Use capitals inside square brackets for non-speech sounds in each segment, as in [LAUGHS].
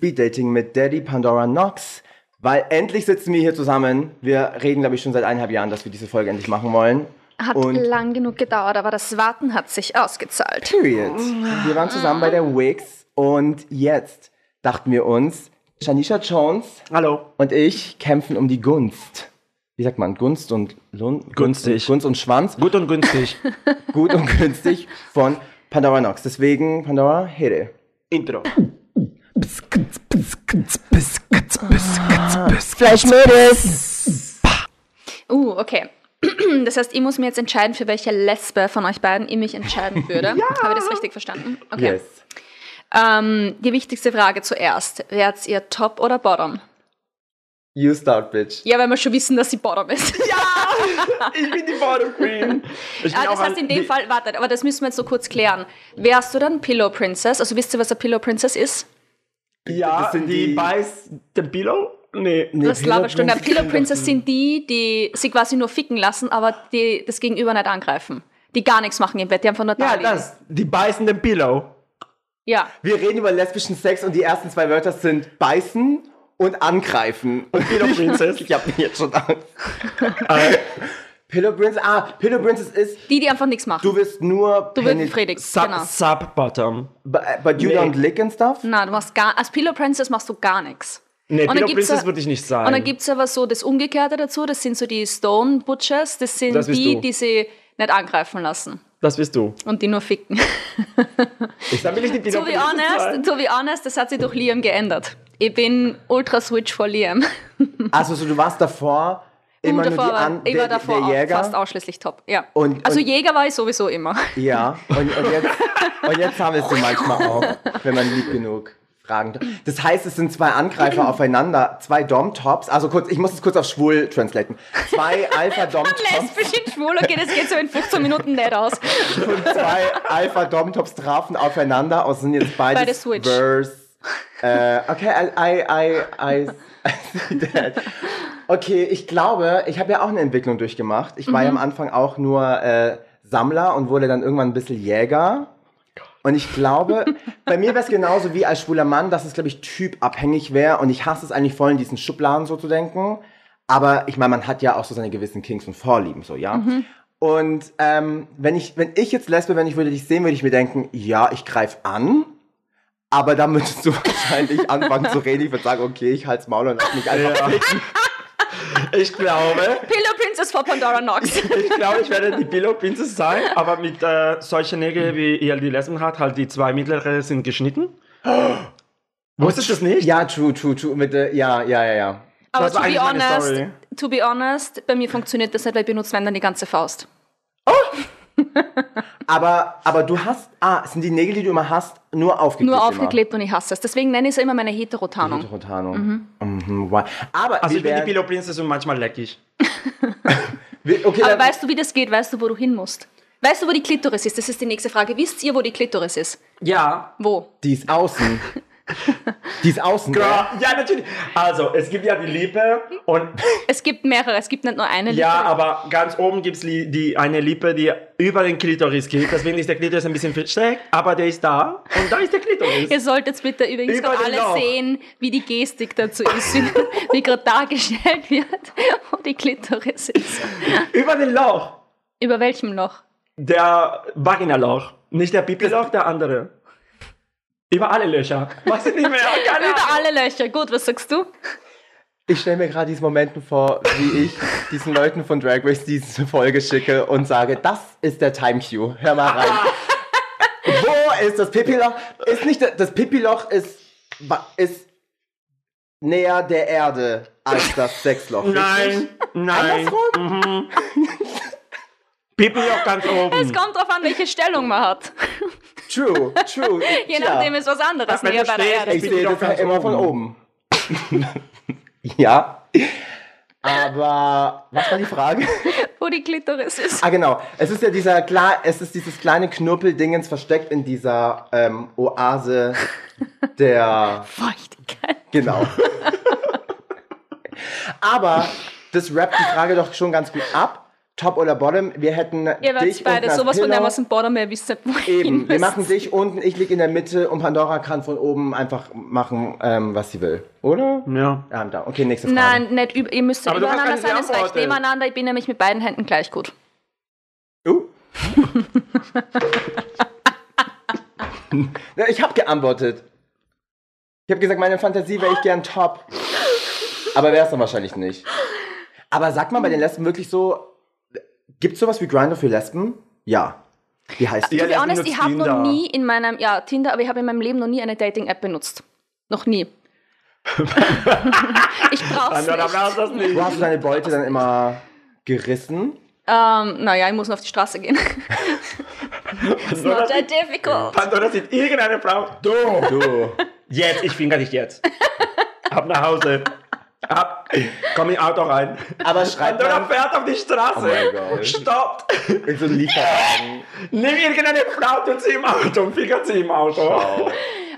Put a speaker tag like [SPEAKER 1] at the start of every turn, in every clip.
[SPEAKER 1] Speed-Dating mit Daddy Pandora Knox, weil endlich sitzen wir hier zusammen. Wir reden, glaube ich, schon seit eineinhalb Jahren, dass wir diese Folge endlich machen wollen.
[SPEAKER 2] Hat
[SPEAKER 1] Und-
[SPEAKER 2] lang genug gedauert, aber das Warten hat sich ausgezahlt.
[SPEAKER 1] Period. Wir waren zusammen bei der Wix und jetzt dachten wir uns, Shanisha Jones
[SPEAKER 3] Hallo.
[SPEAKER 1] und ich kämpfen um die Gunst. Wie sagt man? Gunst und Lun Gunst, und-
[SPEAKER 3] Günstig.
[SPEAKER 1] Gunst und Schwanz.
[SPEAKER 3] Gut und [LAUGHS] günstig.
[SPEAKER 1] Gut
[SPEAKER 2] [LAUGHS]
[SPEAKER 1] und günstig von Pandora Knox. Deswegen, Pandora, hit it.
[SPEAKER 3] Intro.
[SPEAKER 2] Uh, okay. [CLEARS THROAT] Das heißt, ich muss mir jetzt entscheiden, für welche Lesbe von euch beiden ich mich entscheiden würde. Habe ich das richtig verstanden? Okay.
[SPEAKER 1] Yes.
[SPEAKER 2] Ähm, die wichtigste Frage zuerst. Werdet ihr Top oder Bottom?
[SPEAKER 1] You start, bitch.
[SPEAKER 2] Ja, weil wir schon wissen, dass sie Bottom ist.
[SPEAKER 1] Ich bin die Bottom Queen.
[SPEAKER 3] Ich
[SPEAKER 2] Ah,
[SPEAKER 3] bin
[SPEAKER 2] das
[SPEAKER 3] auch
[SPEAKER 2] heißt
[SPEAKER 3] an-
[SPEAKER 2] in dem Fall, wartet, aber das müssen wir jetzt so kurz klären. Wärst du dann Pillow Princess? Also wisst ihr, was eine Pillow Princess ist?
[SPEAKER 1] Ja,
[SPEAKER 3] Das sind die, Beiß... Der Pillow? Nee.
[SPEAKER 1] Nee,
[SPEAKER 2] Das Laberstunde.
[SPEAKER 1] Princess
[SPEAKER 2] Pillow
[SPEAKER 1] sind
[SPEAKER 2] Princess sind die, die sie quasi nur ficken lassen, aber die das Gegenüber nicht angreifen. Die gar nichts machen im Bett, die einfach nur da
[SPEAKER 3] Ja,
[SPEAKER 2] liegen.
[SPEAKER 3] das. Die beißen den Pillow.
[SPEAKER 2] Ja.
[SPEAKER 1] Wir reden über lesbischen Sex und die ersten zwei Wörter sind beißen und angreifen. Und [LAUGHS]
[SPEAKER 3] Pillow [LAUGHS] Princess.
[SPEAKER 1] ich hab mir jetzt schon Angst. Äh, Pillow Princess, ah, Pillow Princess ist,
[SPEAKER 2] Die, die einfach nichts machen.
[SPEAKER 1] du wirst nur
[SPEAKER 2] Du wirst
[SPEAKER 1] penet-
[SPEAKER 2] befriedigt,
[SPEAKER 3] Sub,
[SPEAKER 2] genau.
[SPEAKER 3] Sub Bottom.
[SPEAKER 1] But, but you
[SPEAKER 3] Nee.
[SPEAKER 1] don't lick and stuff?
[SPEAKER 2] Na, du machst gar, als Pillow Princess machst du gar nichts.
[SPEAKER 3] Nee,
[SPEAKER 2] dann
[SPEAKER 3] Pillow
[SPEAKER 2] gibt's
[SPEAKER 3] Princess
[SPEAKER 2] ja-
[SPEAKER 3] würde ich nicht sagen.
[SPEAKER 2] Und dann gibt es aber so das Umgekehrte dazu, das sind so die Stone Butchers, das sind
[SPEAKER 3] Das bist
[SPEAKER 2] die,
[SPEAKER 3] du.
[SPEAKER 2] die sie nicht angreifen lassen
[SPEAKER 3] das bist du.
[SPEAKER 2] und die nur ficken.
[SPEAKER 3] Ich, dann will ich die Pillow
[SPEAKER 2] to, be honest,
[SPEAKER 3] sein.
[SPEAKER 2] to be honest, das hat sich durch Liam geändert. Ich bin ultra switch vor Liam.
[SPEAKER 1] Also so, du warst davor immer
[SPEAKER 2] Und
[SPEAKER 1] nur die
[SPEAKER 2] war-
[SPEAKER 1] An
[SPEAKER 2] ich war
[SPEAKER 1] der,
[SPEAKER 2] davor
[SPEAKER 1] der
[SPEAKER 2] auch
[SPEAKER 1] Jäger.
[SPEAKER 2] fast ausschließlich top. Ja.
[SPEAKER 1] Und-
[SPEAKER 2] also
[SPEAKER 1] und-
[SPEAKER 2] Jäger war ich sowieso immer.
[SPEAKER 1] Ja, und, und, jetzt, und jetzt sammelst du manchmal auch, wenn man lieb genug Fragen. Das heißt, es sind zwei
[SPEAKER 2] [CLEARS THROAT]
[SPEAKER 1] Angreifer aufeinander, zwei Dom-Tops. Also kurz, ich muss es kurz auf schwul translaten.
[SPEAKER 2] [LAUGHS]
[SPEAKER 1] Zwei Alpha-Dom-Tops
[SPEAKER 2] Lesbisch in schwul, okay, das geht so in 15 Minuten nicht aus.
[SPEAKER 1] und zwei Alpha-Dom-Tops trafen aufeinander und sind jetzt beides
[SPEAKER 2] Beide switch.
[SPEAKER 1] Verse. Äh, okay, I, I, I, I, I see that. Okay, ich glaube, ich habe ja auch eine Entwicklung durchgemacht. Ich
[SPEAKER 2] Mhm.
[SPEAKER 1] war ja am Anfang auch nur äh, Sammler und wurde dann irgendwann ein bisschen Jäger. Und ich glaube, bei mir wäre es genauso wie als schwuler Mann, dass es, glaube ich, typabhängig wäre. Und ich hasse es eigentlich voll, in diesen Schubladen so zu denken. Aber ich meine, man hat ja auch so seine gewissen Kings und Vorlieben, so, ja. Und ähm, wenn, ich, wenn ich jetzt Lesbe, wenn ich würde dich sehen, würde ich mir denken, ja, ich greife an. Aber dann müsstest du [LAUGHS] wahrscheinlich anfangen zu reden. Ich würde sagen, okay, ich halt's Maul und lass mich einfach
[SPEAKER 3] Ja. ich glaube,
[SPEAKER 2] Pillow Princess vor Pandora Knox.
[SPEAKER 3] ich glaube, ich werde die Pillow Princess sein, aber mit äh, solchen Nägeln, wie ihr die Lesben hat, halt die zwei mittleren sind geschnitten. [GASPS] Wusstest du das nicht?
[SPEAKER 1] Ja, true, true, true. Mit, äh, ja, ja, ja, ja.
[SPEAKER 2] Aber
[SPEAKER 3] Das
[SPEAKER 2] to
[SPEAKER 3] war
[SPEAKER 2] be,
[SPEAKER 3] eigentlich meine
[SPEAKER 2] honest,
[SPEAKER 3] Story.
[SPEAKER 2] to be honest, bei mir funktioniert das nicht, weil ich benutze wenn dann die ganze Faust.
[SPEAKER 1] Aber, aber du hast, ah, sind die Nägel, die du immer hast, nur aufgeklebt?
[SPEAKER 2] Nur
[SPEAKER 1] immer?
[SPEAKER 2] aufgeklebt und ich hasse es. Deswegen nenne ich es immer meine Heterotarnung.
[SPEAKER 1] Heterotarnung. Mhm, wow. Aber
[SPEAKER 3] Also
[SPEAKER 1] wir
[SPEAKER 3] ich bin die
[SPEAKER 1] wären-
[SPEAKER 3] Pillow Princess und manchmal leck ich.
[SPEAKER 1] wir- okay,
[SPEAKER 2] Aber
[SPEAKER 1] dann,
[SPEAKER 2] weißt du, wie das geht? Weißt du, wo du hin musst? Weißt du, wo die Klitoris ist? Das ist die nächste Frage. Wisst ihr, wo die Klitoris ist?
[SPEAKER 3] Ja.
[SPEAKER 2] Wo?
[SPEAKER 1] die ist außen.
[SPEAKER 2] [LAUGHS]
[SPEAKER 1] die ist außen. gell?
[SPEAKER 3] Ja, ja, natürlich. Also, es gibt ja die Lippe und [LAUGHS]
[SPEAKER 2] Es gibt mehrere, es gibt nicht nur eine.
[SPEAKER 3] ja, aber ganz oben gibt es die, eine Lippe, die über den Klitoris geht. Deswegen ist der Klitoris ein bisschen versteckt, aber der ist da und da ist der Klitoris.
[SPEAKER 2] Ihr solltet bitte übrigens
[SPEAKER 3] Über
[SPEAKER 2] gerade
[SPEAKER 3] den
[SPEAKER 2] alle
[SPEAKER 3] Lauch.
[SPEAKER 2] sehen, wie die Gestik dazu ist, wie, wie gerade dargestellt wird, wo die Klitoris ist.
[SPEAKER 3] über den Lauch.
[SPEAKER 2] Über welchem Loch?
[SPEAKER 3] Der Vaginaloch. Nicht der Pipiloch, der andere. Über alle Löcher. Weiß ich nicht [LAUGHS] mehr. Keine Ahnung.
[SPEAKER 2] Über alle Löcher. Gut, was sagst du?
[SPEAKER 1] Ich stelle mir gerade diesen Moment vor, wie ich diesen Leuten von Drag Race diese Folge schicke und sage, das ist der Time Cue. Hör mal rein.
[SPEAKER 3] [LAUGHS]
[SPEAKER 1] Wo ist das Pipiloch? Ist nicht das, das Pipiloch ist wa- ist näher der Erde als das Sexloch.
[SPEAKER 3] Nein, nein. Mhm. Pipiloch ganz
[SPEAKER 2] Es
[SPEAKER 3] oben.
[SPEAKER 2] kommt drauf an, welche Stellung man hat.
[SPEAKER 1] True, true.
[SPEAKER 2] [LAUGHS] Je
[SPEAKER 1] Tja.
[SPEAKER 2] nachdem ist was anderes
[SPEAKER 3] Ach, wenn
[SPEAKER 2] näher
[SPEAKER 3] du
[SPEAKER 2] bei der
[SPEAKER 3] stehst,
[SPEAKER 2] Erde.
[SPEAKER 1] Ich sehe
[SPEAKER 3] Pipiloch
[SPEAKER 1] das ja
[SPEAKER 3] ganz
[SPEAKER 1] immer von oben. [LAUGHS] ja. Aber was war die Frage?
[SPEAKER 2] Wo die Klitoris ist.
[SPEAKER 3] [LAUGHS]
[SPEAKER 1] Ah, genau. Es ist ja dieser klar, es ist dieses kleine Knurpeldingens versteckt in dieser ähm, Oase [LAUGHS] der.
[SPEAKER 2] Feuchtigkeit.
[SPEAKER 1] Genau. Aber das rappt die Frage doch schon ganz gut ab. Top oder Bottom, wir hätten
[SPEAKER 2] Ihr
[SPEAKER 1] dich
[SPEAKER 2] werdet
[SPEAKER 1] unten
[SPEAKER 2] beide
[SPEAKER 1] als
[SPEAKER 2] sowas von
[SPEAKER 1] Pillow.
[SPEAKER 2] dermaßen Bottom, ihr wisst nicht, wo ihr hin
[SPEAKER 1] Eben, wir
[SPEAKER 2] müsst.
[SPEAKER 1] machen dich unten, ich lieg in der Mitte und Pandora kann von oben einfach machen, ähm, was sie will. Oder?
[SPEAKER 3] Ja.
[SPEAKER 1] Ja, da. Okay, nächste Frage.
[SPEAKER 2] Nein, nicht über, ihr müsst
[SPEAKER 3] Aber du
[SPEAKER 2] übereinander
[SPEAKER 3] kannst gar
[SPEAKER 2] sein,
[SPEAKER 3] nicht
[SPEAKER 2] es reicht
[SPEAKER 3] antworten.
[SPEAKER 2] nebeneinander. Ich bin nämlich mit beiden Händen gleich gut.
[SPEAKER 1] [LAUGHS] Uh. Ja, ich habe geantwortet. Ich habe gesagt, meine Fantasie wäre ich gern top. Aber wäre es dann wahrscheinlich nicht. Aber sagt man bei den Lesben wirklich so, gibt sowas wie Grinder für Lesben? Ja. Wie heißt die?
[SPEAKER 3] Ja,
[SPEAKER 2] To be
[SPEAKER 3] Lesben
[SPEAKER 2] honest,
[SPEAKER 3] nutzt
[SPEAKER 2] ich habe noch
[SPEAKER 3] Tinder.
[SPEAKER 2] nie in meinem, ja, Tinder, aber ich habe in meinem Leben noch nie eine Dating-App benutzt. Noch
[SPEAKER 3] [LAUGHS]
[SPEAKER 2] nie. ich brauch's
[SPEAKER 3] Andere
[SPEAKER 2] nicht.
[SPEAKER 3] brauchst das nicht.
[SPEAKER 1] Wo hast du deine Beute dann immer gerissen?
[SPEAKER 2] Ähm, naja, ich muss noch auf die Straße
[SPEAKER 3] [LAUGHS]
[SPEAKER 2] gehen. It's
[SPEAKER 3] Pandora
[SPEAKER 2] not that
[SPEAKER 3] sieht,
[SPEAKER 2] difficult.
[SPEAKER 3] Pandora sieht irgendeine Frau. Du!
[SPEAKER 1] Du.
[SPEAKER 3] Jetzt, ich finger dich jetzt. Ab nach Hause. Ab. Komm in Auto rein.
[SPEAKER 1] Aber schreibt
[SPEAKER 3] Pandora
[SPEAKER 1] man
[SPEAKER 3] fährt auf die Straße.
[SPEAKER 1] Oh mein Gott.
[SPEAKER 3] Stoppt.
[SPEAKER 1] in so einen Lieferwagen.
[SPEAKER 3] Nimm irgendeine Frau, tut sie im Auto und fingert sie im Auto.
[SPEAKER 1] Oh.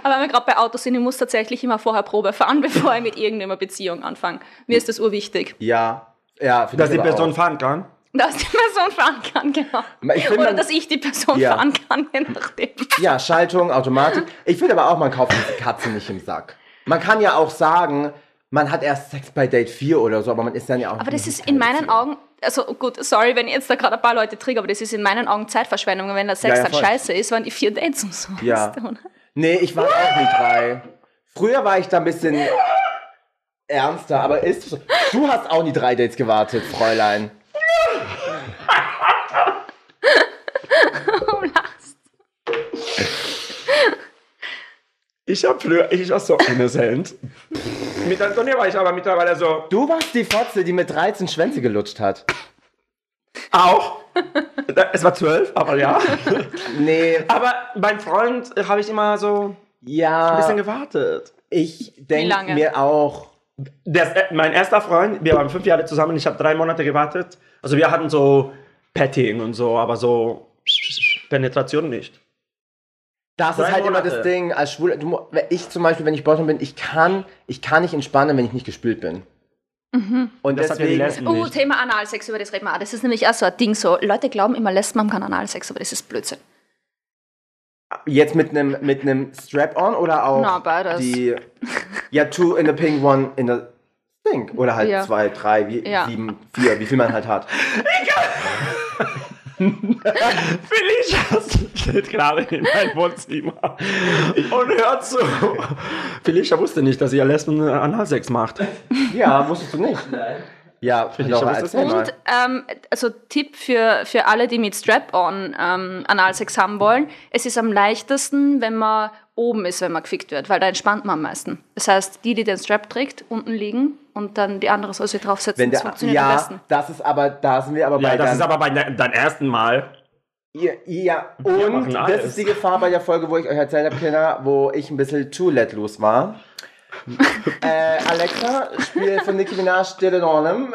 [SPEAKER 2] Aber wenn wir gerade bei Autos sind, ich muss tatsächlich immer vorher Probe fahren, [LAUGHS] bevor ich mit irgendeiner Beziehung anfange. Mir ist das urwichtig,
[SPEAKER 1] Ja. Ja, für
[SPEAKER 3] Dass die Person fahren kann.
[SPEAKER 2] dass die Person fahren kann, genau.
[SPEAKER 1] Ich find,
[SPEAKER 2] Oder
[SPEAKER 1] man-
[SPEAKER 2] dass ich die Person
[SPEAKER 1] Ja.
[SPEAKER 2] fahren kann, je nachdem.
[SPEAKER 1] Ja, Schaltung,
[SPEAKER 2] [LAUGHS]
[SPEAKER 1] Automatik. Ich finde aber auch, man kauft die Katze nicht im Sack. Man kann ja auch sagen, man hat erst Sex bei Date 4 oder so, aber man ist dann ja auch.
[SPEAKER 2] Aber das ist in meinen Augen, also gut, sorry, wenn ich jetzt da gerade ein paar Leute trigger, aber das ist in meinen Augen Zeitverschwendung. Und wenn der
[SPEAKER 1] Ja,
[SPEAKER 2] Sex
[SPEAKER 1] ja,
[SPEAKER 2] dann
[SPEAKER 1] voll.
[SPEAKER 2] scheiße ist, waren die vier Dates umsonst.
[SPEAKER 1] Ja.
[SPEAKER 2] oder?
[SPEAKER 1] Nee, ich war auch nie drei. Früher war ich da ein bisschen ernster, aber ist. Du hast auch nie drei Dates gewartet, Fräulein.
[SPEAKER 3] Ich hab früher, ich war so innocent. mit Antonia war ich aber mittlerweile so.
[SPEAKER 1] Du warst die Fotze, die mit 13 Schwänze gelutscht hat.
[SPEAKER 3] Auch. Es war zwölf, aber [LAUGHS] ja.
[SPEAKER 1] Nee,
[SPEAKER 3] Aber beim Freund habe ich immer so ein bisschen
[SPEAKER 1] ja.
[SPEAKER 3] gewartet.
[SPEAKER 1] Ich
[SPEAKER 2] Wie
[SPEAKER 1] denke
[SPEAKER 2] lange?
[SPEAKER 1] mir auch.
[SPEAKER 3] Das, äh, mein erster Freund, wir waren fünf Jahre zusammen, ich habe drei Monate gewartet. Also wir hatten so Petting und so, aber so Penetration nicht.
[SPEAKER 1] Das
[SPEAKER 3] Drei
[SPEAKER 1] ist halt
[SPEAKER 3] Monate.
[SPEAKER 1] immer das Ding, als Schwule, du, mu- ich zum Beispiel, wenn ich Bottom bin, ich kann, ich kann nicht entspannen, wenn ich nicht gespült bin.
[SPEAKER 2] Mhm.
[SPEAKER 1] Und
[SPEAKER 3] Das hat ja die
[SPEAKER 1] deswegen,
[SPEAKER 3] Lesben
[SPEAKER 2] Oh,
[SPEAKER 3] nicht.
[SPEAKER 2] Thema Analsex, über das reden wir auch. Das ist nämlich auch so ein Ding so. Leute glauben immer, Lesben haben keinen Analsex, aber das ist Blödsinn.
[SPEAKER 1] jetzt mit einem mit einem Strap-on oder auch
[SPEAKER 2] Na, beides.
[SPEAKER 1] die, ja, two in the pink, one in the pink oder halt
[SPEAKER 2] Ja.
[SPEAKER 1] zwei, drei, wie,
[SPEAKER 2] Ja.
[SPEAKER 1] sieben, vier, wie viel man halt hat.
[SPEAKER 3] Felicitas steht gerade in meinem Wohnzimmer und hört zu. Felicia wusste nicht, dass ihr Lesben äh, Analsex macht.
[SPEAKER 1] Ja, wusstest du nicht? Ja,
[SPEAKER 3] Felicia,
[SPEAKER 1] Pandora,
[SPEAKER 3] wusstest
[SPEAKER 1] erzähl
[SPEAKER 3] du-
[SPEAKER 1] mal.
[SPEAKER 2] Und ähm, also Tipp für, für alle, die mit Strap-on ähm, Analsex haben wollen: Es ist am leichtesten, wenn man oben ist, wenn man gefickt wird, weil da entspannt man am meisten. Das heißt, die, die den Strap trägt, unten liegen und dann die andere soll sich draufsetzen.
[SPEAKER 1] wenn
[SPEAKER 2] das
[SPEAKER 1] der,
[SPEAKER 2] funktioniert am
[SPEAKER 1] ja,
[SPEAKER 2] besten.
[SPEAKER 1] das ist aber, da sind wir aber
[SPEAKER 3] Ja,
[SPEAKER 1] bei
[SPEAKER 3] das ist
[SPEAKER 1] dann-
[SPEAKER 3] aber bei deinem dein ersten Mal.
[SPEAKER 1] Ja, ja.
[SPEAKER 3] Wir
[SPEAKER 1] und
[SPEAKER 3] machen
[SPEAKER 1] das
[SPEAKER 3] alles.
[SPEAKER 1] ist die Gefahr bei der Folge, wo ich euch erzählt habe, Kinder, wo ich ein bisschen too let loose
[SPEAKER 3] [LAUGHS]
[SPEAKER 1] war. äh, Alexa, Spiel von Nicki Minaj, Still in
[SPEAKER 3] [LAUGHS]
[SPEAKER 1] Ornum.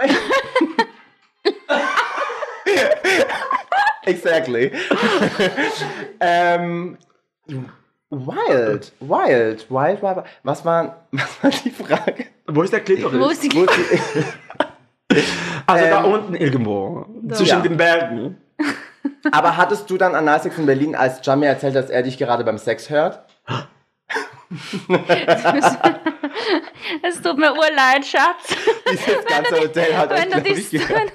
[SPEAKER 1] exactly. ähm, wild, wild, wild, wild, wild. Was war, was war die Frage?
[SPEAKER 3] Wo ist der Klitoris?
[SPEAKER 2] Wo ist die
[SPEAKER 1] Wo ist
[SPEAKER 3] [LAUGHS]
[SPEAKER 1] die,
[SPEAKER 3] Also da
[SPEAKER 1] Ähm,
[SPEAKER 3] unten irgendwo. Zwischen
[SPEAKER 1] Ja.
[SPEAKER 3] den Bergen.
[SPEAKER 1] aber hattest du dann Analsex in Berlin, als Jamie erzählt, dass er dich gerade beim Sex hört?
[SPEAKER 2] Es tut mir urleid, Schatz,
[SPEAKER 1] Dieses ganze Hotel hat euch,
[SPEAKER 2] wenn du,
[SPEAKER 1] glaub
[SPEAKER 2] die,
[SPEAKER 1] ich, gehört.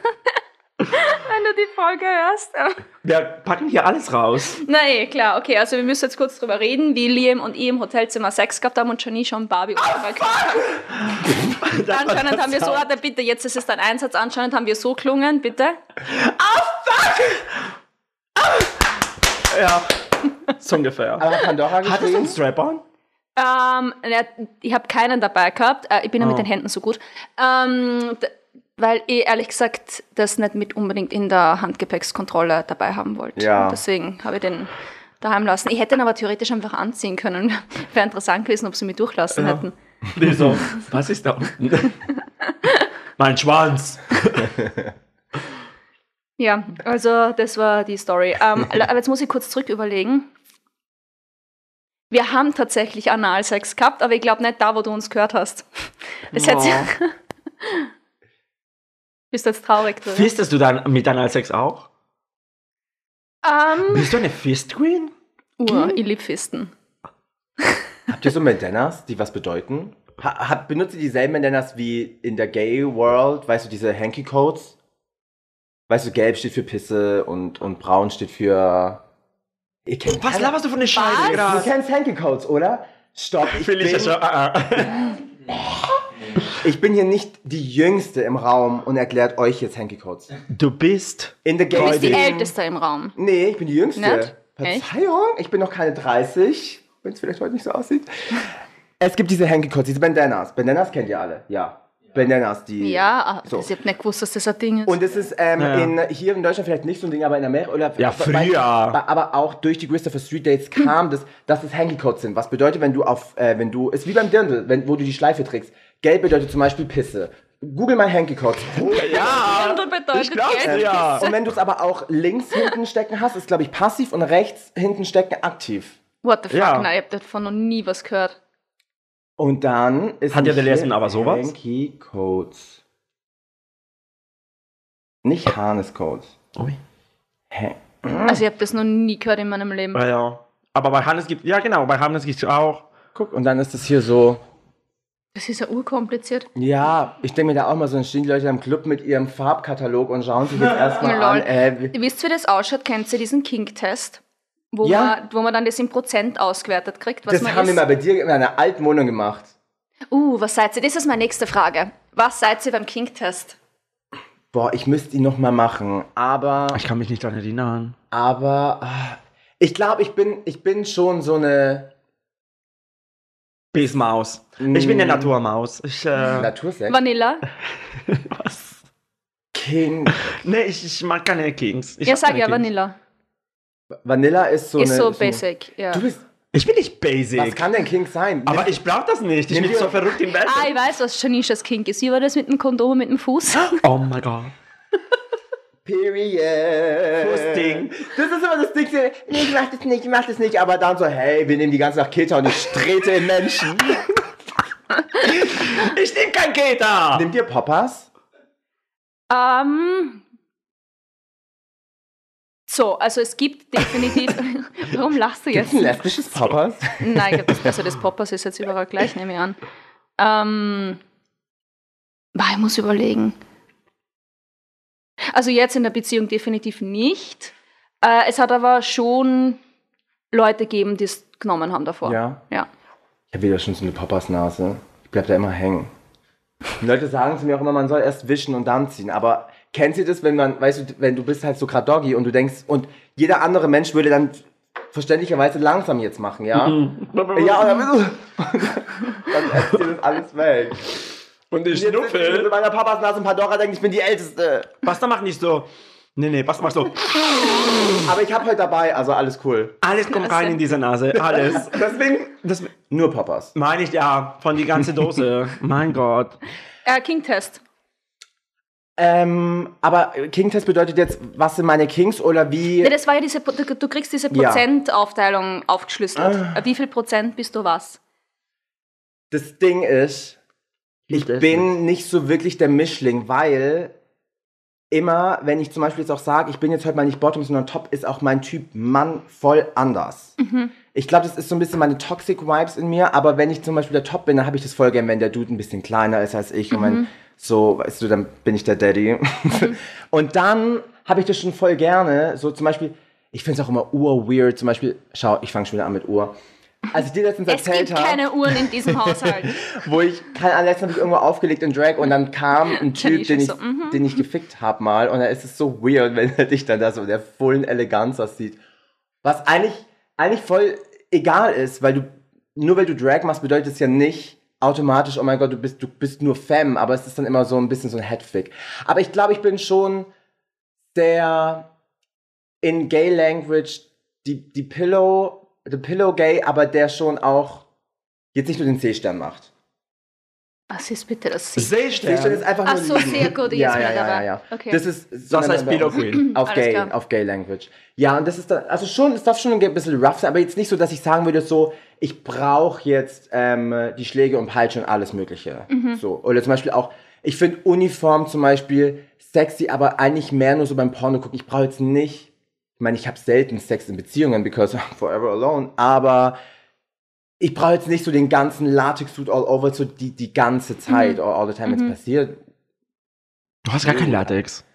[SPEAKER 2] wenn, du die Folge hörst. äh,
[SPEAKER 3] Wir packen hier alles raus.
[SPEAKER 2] Na eh, klar, okay, also wir müssen jetzt kurz drüber reden, wie Liam und ich im Hotelzimmer Sex gehabt haben und Janie schon Barbie
[SPEAKER 3] Ah,
[SPEAKER 2] untergekriegt hat.
[SPEAKER 3] [LAUGHS]
[SPEAKER 2] Anscheinend haben wir so, warte, bitte, jetzt ist es dein Einsatz, anscheinend haben wir so klungen, bitte.
[SPEAKER 3] Ja, so ungefähr.
[SPEAKER 1] Aber Pandora
[SPEAKER 3] Hattest du einen
[SPEAKER 1] geschrieben?
[SPEAKER 3] Strap-on?
[SPEAKER 2] Ähm, ja, ich habe keinen dabei gehabt, äh, ich bin ja
[SPEAKER 3] Oh.
[SPEAKER 2] mit den Händen so gut, ähm, d- weil ich ehrlich gesagt das nicht mit unbedingt in der Handgepäckskontrolle dabei haben wollte.
[SPEAKER 1] Ja.
[SPEAKER 2] Und Deswegen habe ich den daheim lassen. Ich hätte ihn aber theoretisch einfach anziehen können. [LAUGHS] Wäre interessant gewesen, ob sie mich durchlassen
[SPEAKER 3] Ja.
[SPEAKER 2] hätten.
[SPEAKER 3] Die so, was ist da unten? mein Schwanz.
[SPEAKER 2] Ja, also das war die Story. [LAUGHS] Ähm, la- aber jetzt muss ich kurz zurück überlegen. Wir haben tatsächlich Analsex gehabt, aber ich glaube nicht da, wo du uns gehört hast. Es hat sich- Bist du jetzt traurig drüber?
[SPEAKER 3] Oh. Fistest du dann mit Analsex auch?
[SPEAKER 2] Ähm,
[SPEAKER 3] Bist du eine Fist Queen?
[SPEAKER 2] Uhr, ich lieb Fisten.
[SPEAKER 1] Habt ihr so Bandanas, die was bedeuten? Ha, hab, benutzt ihr dieselben Bandanas wie in der Gay World? Weißt du, diese Hanky Codes? Weißt du, gelb steht für Pisse und, und braun steht für. Ihr kennt
[SPEAKER 3] Was laberst du von der Scheiße
[SPEAKER 1] Du
[SPEAKER 3] gerade?
[SPEAKER 1] kennst Hanky Codes, oder? Stopp. Ich bin,
[SPEAKER 3] Felicia, schau, ah, ah.
[SPEAKER 1] ich bin hier nicht die Jüngste im Raum und erklärt euch jetzt Hanky Codes.
[SPEAKER 3] Du bist.
[SPEAKER 1] In der Gay
[SPEAKER 2] Du bist die
[SPEAKER 1] Scene-
[SPEAKER 2] Älteste im Raum.
[SPEAKER 1] Nee, ich bin die Jüngste.
[SPEAKER 2] Nicht? Echt?
[SPEAKER 1] Verzeihung, ich bin noch keine 30, wenn es vielleicht heute nicht so aussieht. Es gibt diese Hanky Codes, diese Bandanas. Bandanas kennt ihr alle, ja. Bandanas, die.
[SPEAKER 2] Ja, aber
[SPEAKER 1] So.
[SPEAKER 2] ich hab nicht gewusst, dass das ein Ding ist.
[SPEAKER 1] Und es ist ähm,
[SPEAKER 3] Ja.
[SPEAKER 1] in, hier in Deutschland vielleicht nicht so ein Ding, aber in Amerika oder
[SPEAKER 3] Ja, früher.
[SPEAKER 1] Aber, aber auch durch die Christopher Street Dates kam das, dass es Hanky Codes sind. Was bedeutet, wenn du auf, äh, wenn du, ist wie beim Dirndl, wenn, wo du die Schleife trägst. Gelb bedeutet zum Beispiel Pisse. Google mal Hanky Codes.
[SPEAKER 3] Ja!
[SPEAKER 2] Dirndl bedeutet
[SPEAKER 3] ich glaub's
[SPEAKER 2] Geld.
[SPEAKER 3] Oh, ja.
[SPEAKER 1] Und wenn du es aber auch links hinten stecken hast, ist glaube ich passiv und rechts hinten stecken aktiv.
[SPEAKER 2] What the fuck,
[SPEAKER 3] Ja.
[SPEAKER 2] nein, ich hab davon noch nie was gehört.
[SPEAKER 1] Und dann ist.
[SPEAKER 3] Hat ja der
[SPEAKER 1] hier
[SPEAKER 3] Lesben aber sowas?
[SPEAKER 1] Hanky Codes. Nicht Harness Codes.
[SPEAKER 3] Ui.
[SPEAKER 1] Hä?
[SPEAKER 2] Also ich hab das noch nie gehört in meinem Leben.
[SPEAKER 3] Ja, Ah, ja. Aber bei Hannes gibt ja genau, bei Hannes gibt's auch.
[SPEAKER 1] Guck, und dann ist es hier so.
[SPEAKER 2] Das ist ja urkompliziert.
[SPEAKER 1] Ja, ich denke mir da auch mal so, dann stehen die Leute im Club mit ihrem Farbkatalog und schauen sich jetzt
[SPEAKER 2] [LAUGHS]
[SPEAKER 1] erstmal
[SPEAKER 2] Lol.
[SPEAKER 1] an. Äh, wie-
[SPEAKER 2] Wisst ihr, wie das ausschaut? Kennt ihr diesen King-Test? Wo,
[SPEAKER 1] Ja.
[SPEAKER 2] man, wo man dann das in Prozent ausgewertet kriegt, was
[SPEAKER 1] das
[SPEAKER 2] man
[SPEAKER 1] haben wir
[SPEAKER 2] ist.
[SPEAKER 1] mal bei dir in einer alten Wohnung gemacht.
[SPEAKER 2] Uh, was seid ihr? Das ist meine nächste Frage. Was seid ihr beim King-Test?
[SPEAKER 1] Boah, ich müsste ihn nochmal machen, aber,
[SPEAKER 3] Ich kann mich nicht daran erinnern.
[SPEAKER 1] aber, ah, ich glaube, ich bin, ich bin schon so eine
[SPEAKER 3] Bismaus. Ich bin der Naturmaus. Ich, äh,
[SPEAKER 1] Natursex.
[SPEAKER 2] Vanilla?
[SPEAKER 3] was?
[SPEAKER 1] King.
[SPEAKER 3] Nee, ich, ich mag keine Kings. Ich
[SPEAKER 2] ja,
[SPEAKER 3] hab
[SPEAKER 2] sag
[SPEAKER 3] keine
[SPEAKER 2] ja
[SPEAKER 3] Kings.
[SPEAKER 2] Vanilla. Oh, ne,
[SPEAKER 1] Vanilla ist so
[SPEAKER 2] ist
[SPEAKER 1] eine.
[SPEAKER 2] so basic, ja.
[SPEAKER 1] Du bist,
[SPEAKER 3] Ich bin nicht basic.
[SPEAKER 1] was kann denn King sein?
[SPEAKER 3] aber ich brauch das nicht. Ich
[SPEAKER 1] Nimm
[SPEAKER 3] bin
[SPEAKER 1] dir-
[SPEAKER 3] so verrückt im Welt.
[SPEAKER 2] Ah, ich weiß, was Janishas King ist. Wie war das mit dem Kondom, mit dem Fuß?
[SPEAKER 3] Oh mein Gott.
[SPEAKER 1] Period.
[SPEAKER 3] Fußding.
[SPEAKER 1] Das ist immer das Ding, so, nee, ich mach das nicht, ich mach das nicht, aber dann so, hey, wir nehmen die ganze Nacht Keter und ich trete in Menschen.
[SPEAKER 3] Ich nehm kein Keter.
[SPEAKER 1] Nehmt ihr Poppers?
[SPEAKER 2] Ähm. So, also es gibt [LAUGHS] definitiv. Warum lachst du
[SPEAKER 1] Gibt's
[SPEAKER 2] jetzt?
[SPEAKER 1] ein lesbisches Poppers?
[SPEAKER 2] Nein, ich glaub, das, also das Poppers ist jetzt überall gleich, nehme ich an. Ähm, boah, ich muss überlegen. Also jetzt in der Beziehung definitiv nicht. Äh, es hat aber schon Leute gegeben, die es genommen haben davor.
[SPEAKER 1] Ja.
[SPEAKER 2] ja.
[SPEAKER 1] Ich habe wieder schon so eine Poppersnase. Ich bleib da immer hängen. Die Leute sagen zu mir auch immer, man soll erst wischen und dann ziehen, aber kennst du das, wenn man, weißt du, wenn du bist halt so grad Doggy und du denkst, und jeder andere Mensch würde dann verständlicherweise langsam jetzt machen, ja?
[SPEAKER 3] Mhm.
[SPEAKER 1] Ja, und dann, [LAUGHS] dann esst ihr das alles weg.
[SPEAKER 3] Und ich
[SPEAKER 1] Jetzt mit
[SPEAKER 3] schnuffel.
[SPEAKER 1] meiner Papas Nase und Pandora denkt, ich bin die Älteste.
[SPEAKER 3] Basta macht nicht so. Nee, nee, Basta macht so.
[SPEAKER 1] Aber ich habe heute dabei, also alles cool.
[SPEAKER 3] Alles kommt rein in diese Nase. Alles.
[SPEAKER 1] Deswegen
[SPEAKER 3] Das
[SPEAKER 1] nur Papas.
[SPEAKER 3] meine ich ja. Von die ganze Dose. mein Gott.
[SPEAKER 2] Äh, King-Test.
[SPEAKER 1] Ähm, aber King-Test bedeutet jetzt, was sind meine Kings oder wie?
[SPEAKER 2] Nee, das war ja diese, du, du kriegst diese
[SPEAKER 1] Ja.
[SPEAKER 2] Prozentaufteilung aufgeschlüsselt. Äh, Wie viel Prozent bist du was?
[SPEAKER 1] Das Ding ist, ich
[SPEAKER 3] Lieb das
[SPEAKER 1] bin nicht so wirklich der Mischling, weil immer, wenn ich zum Beispiel jetzt auch sage, ich bin jetzt heute mal nicht Bottom, sondern Top, ist auch mein Typ Mann voll anders.
[SPEAKER 2] Mhm.
[SPEAKER 1] Ich glaube, das ist so ein bisschen meine Toxic Vibes in mir, aber wenn ich zum Beispiel der Top bin, dann habe ich das voll gern, wenn der Dude ein bisschen kleiner ist als ich und
[SPEAKER 2] Mhm.
[SPEAKER 1] wenn so, weißt du, dann bin ich der Daddy. [LAUGHS] und dann habe ich das schon voll gerne, so zum Beispiel, ich finde es auch immer ur-weird, zum Beispiel, schau, ich fange schon wieder an mit Ur. Als ich dir letztens
[SPEAKER 2] Es
[SPEAKER 1] erzählt
[SPEAKER 2] gibt
[SPEAKER 1] habe
[SPEAKER 2] keine Uhren in diesem Haushalt.
[SPEAKER 1] wo ich, keine Ahnung, letztens habe ich irgendwo aufgelegt in Drag und dann kam ein Typ,
[SPEAKER 2] ich
[SPEAKER 1] den ich,
[SPEAKER 2] so, mhm.
[SPEAKER 1] den ich gefickt habe mal und dann ist es so weird, wenn er dich dann da so in der vollen Eleganz aussieht. Was eigentlich, eigentlich voll egal ist, weil du, nur weil du Drag machst, bedeutet es ja nicht automatisch, oh mein Gott, du bist, du bist nur Femme, aber es ist dann immer so ein bisschen so ein Headfick. Aber ich glaube, ich bin schon sehr in Gay Language, die, die Pillow, the Pillow Gay, aber der schon auch jetzt nicht nur den C-Stern macht.
[SPEAKER 2] Was ist bitte das?
[SPEAKER 1] Ja. Seestern
[SPEAKER 3] Seestern.
[SPEAKER 1] ist einfach
[SPEAKER 2] Ach
[SPEAKER 1] nur
[SPEAKER 2] so,
[SPEAKER 1] liegen.
[SPEAKER 2] sehr gut, ich
[SPEAKER 1] ja,
[SPEAKER 2] ist
[SPEAKER 1] ja, ja,
[SPEAKER 2] mir
[SPEAKER 1] ja,
[SPEAKER 2] dabei.
[SPEAKER 1] ja.
[SPEAKER 2] Okay.
[SPEAKER 1] Das ist so
[SPEAKER 3] Das heißt
[SPEAKER 1] nennen wir
[SPEAKER 3] Pillow
[SPEAKER 1] uns
[SPEAKER 3] Queen.
[SPEAKER 1] auf
[SPEAKER 2] Mhm, Alles
[SPEAKER 1] Gay,
[SPEAKER 2] klar.
[SPEAKER 1] auf Gay Language. Ja, und das ist dann, also schon, es darf schon ein bisschen rough sein, aber jetzt nicht so, dass ich sagen würde, so, halt
[SPEAKER 2] Mhm.
[SPEAKER 1] ich brauche jetzt ähm, die Schläge und Peitsche und alles Mögliche. So. Oder zum Beispiel auch, Ich finde Uniform zum Beispiel sexy, aber eigentlich mehr nur so beim Porno gucken. Ich brauche jetzt nicht, ich meine, ich habe selten Sex in Beziehungen, because I'm forever alone, aber ich brauche jetzt nicht so den ganzen Latex-Suit all over, so die, die ganze Zeit, all, all the time,
[SPEAKER 2] Mhm.
[SPEAKER 1] it's passiert.
[SPEAKER 3] Du hast gar kein Latex.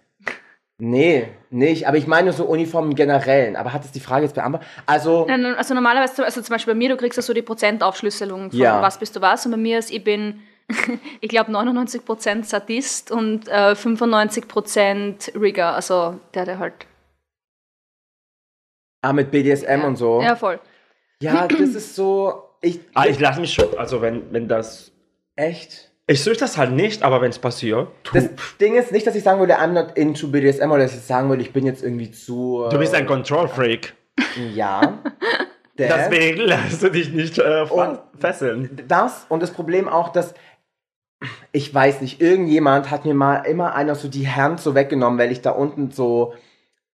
[SPEAKER 1] Nee, nicht, aber ich meine nur so Uniformen im Generellen. Aber hat es die Frage jetzt beantwortet? Also,
[SPEAKER 2] Nein, nein, Also normalerweise, also zum Beispiel bei mir, du kriegst ja so die Prozentaufschlüsselung von
[SPEAKER 1] Ja.
[SPEAKER 2] was bist du was. Und bei mir ist, ich bin, [LAUGHS] ich glaube, 99% Sadist und äh, 95% Rigger. Also der, der halt.
[SPEAKER 1] ah, mit BDSM
[SPEAKER 2] ja.
[SPEAKER 1] und so.
[SPEAKER 2] Ja, voll.
[SPEAKER 1] Ja, das ist so. Ich,
[SPEAKER 3] Ah, ich lasse mich schon. Also wenn, wenn das.
[SPEAKER 1] echt.
[SPEAKER 3] Ich suche das halt nicht, aber wenn es passiert, tu.
[SPEAKER 1] Das Ding ist nicht, dass ich sagen würde, I'm not into BDSM oder dass ich sagen würde, ich bin jetzt irgendwie zu. äh,
[SPEAKER 3] du bist ein Control-Freak. [LAUGHS]
[SPEAKER 1] Ja. Der-
[SPEAKER 3] Deswegen [LAUGHS] lässt du dich nicht äh,
[SPEAKER 1] Und-
[SPEAKER 3] von fesseln.
[SPEAKER 1] das und das Problem auch, dass ich weiß nicht, irgendjemand hat mir mal immer einer so die Hand so weggenommen, weil ich da unten so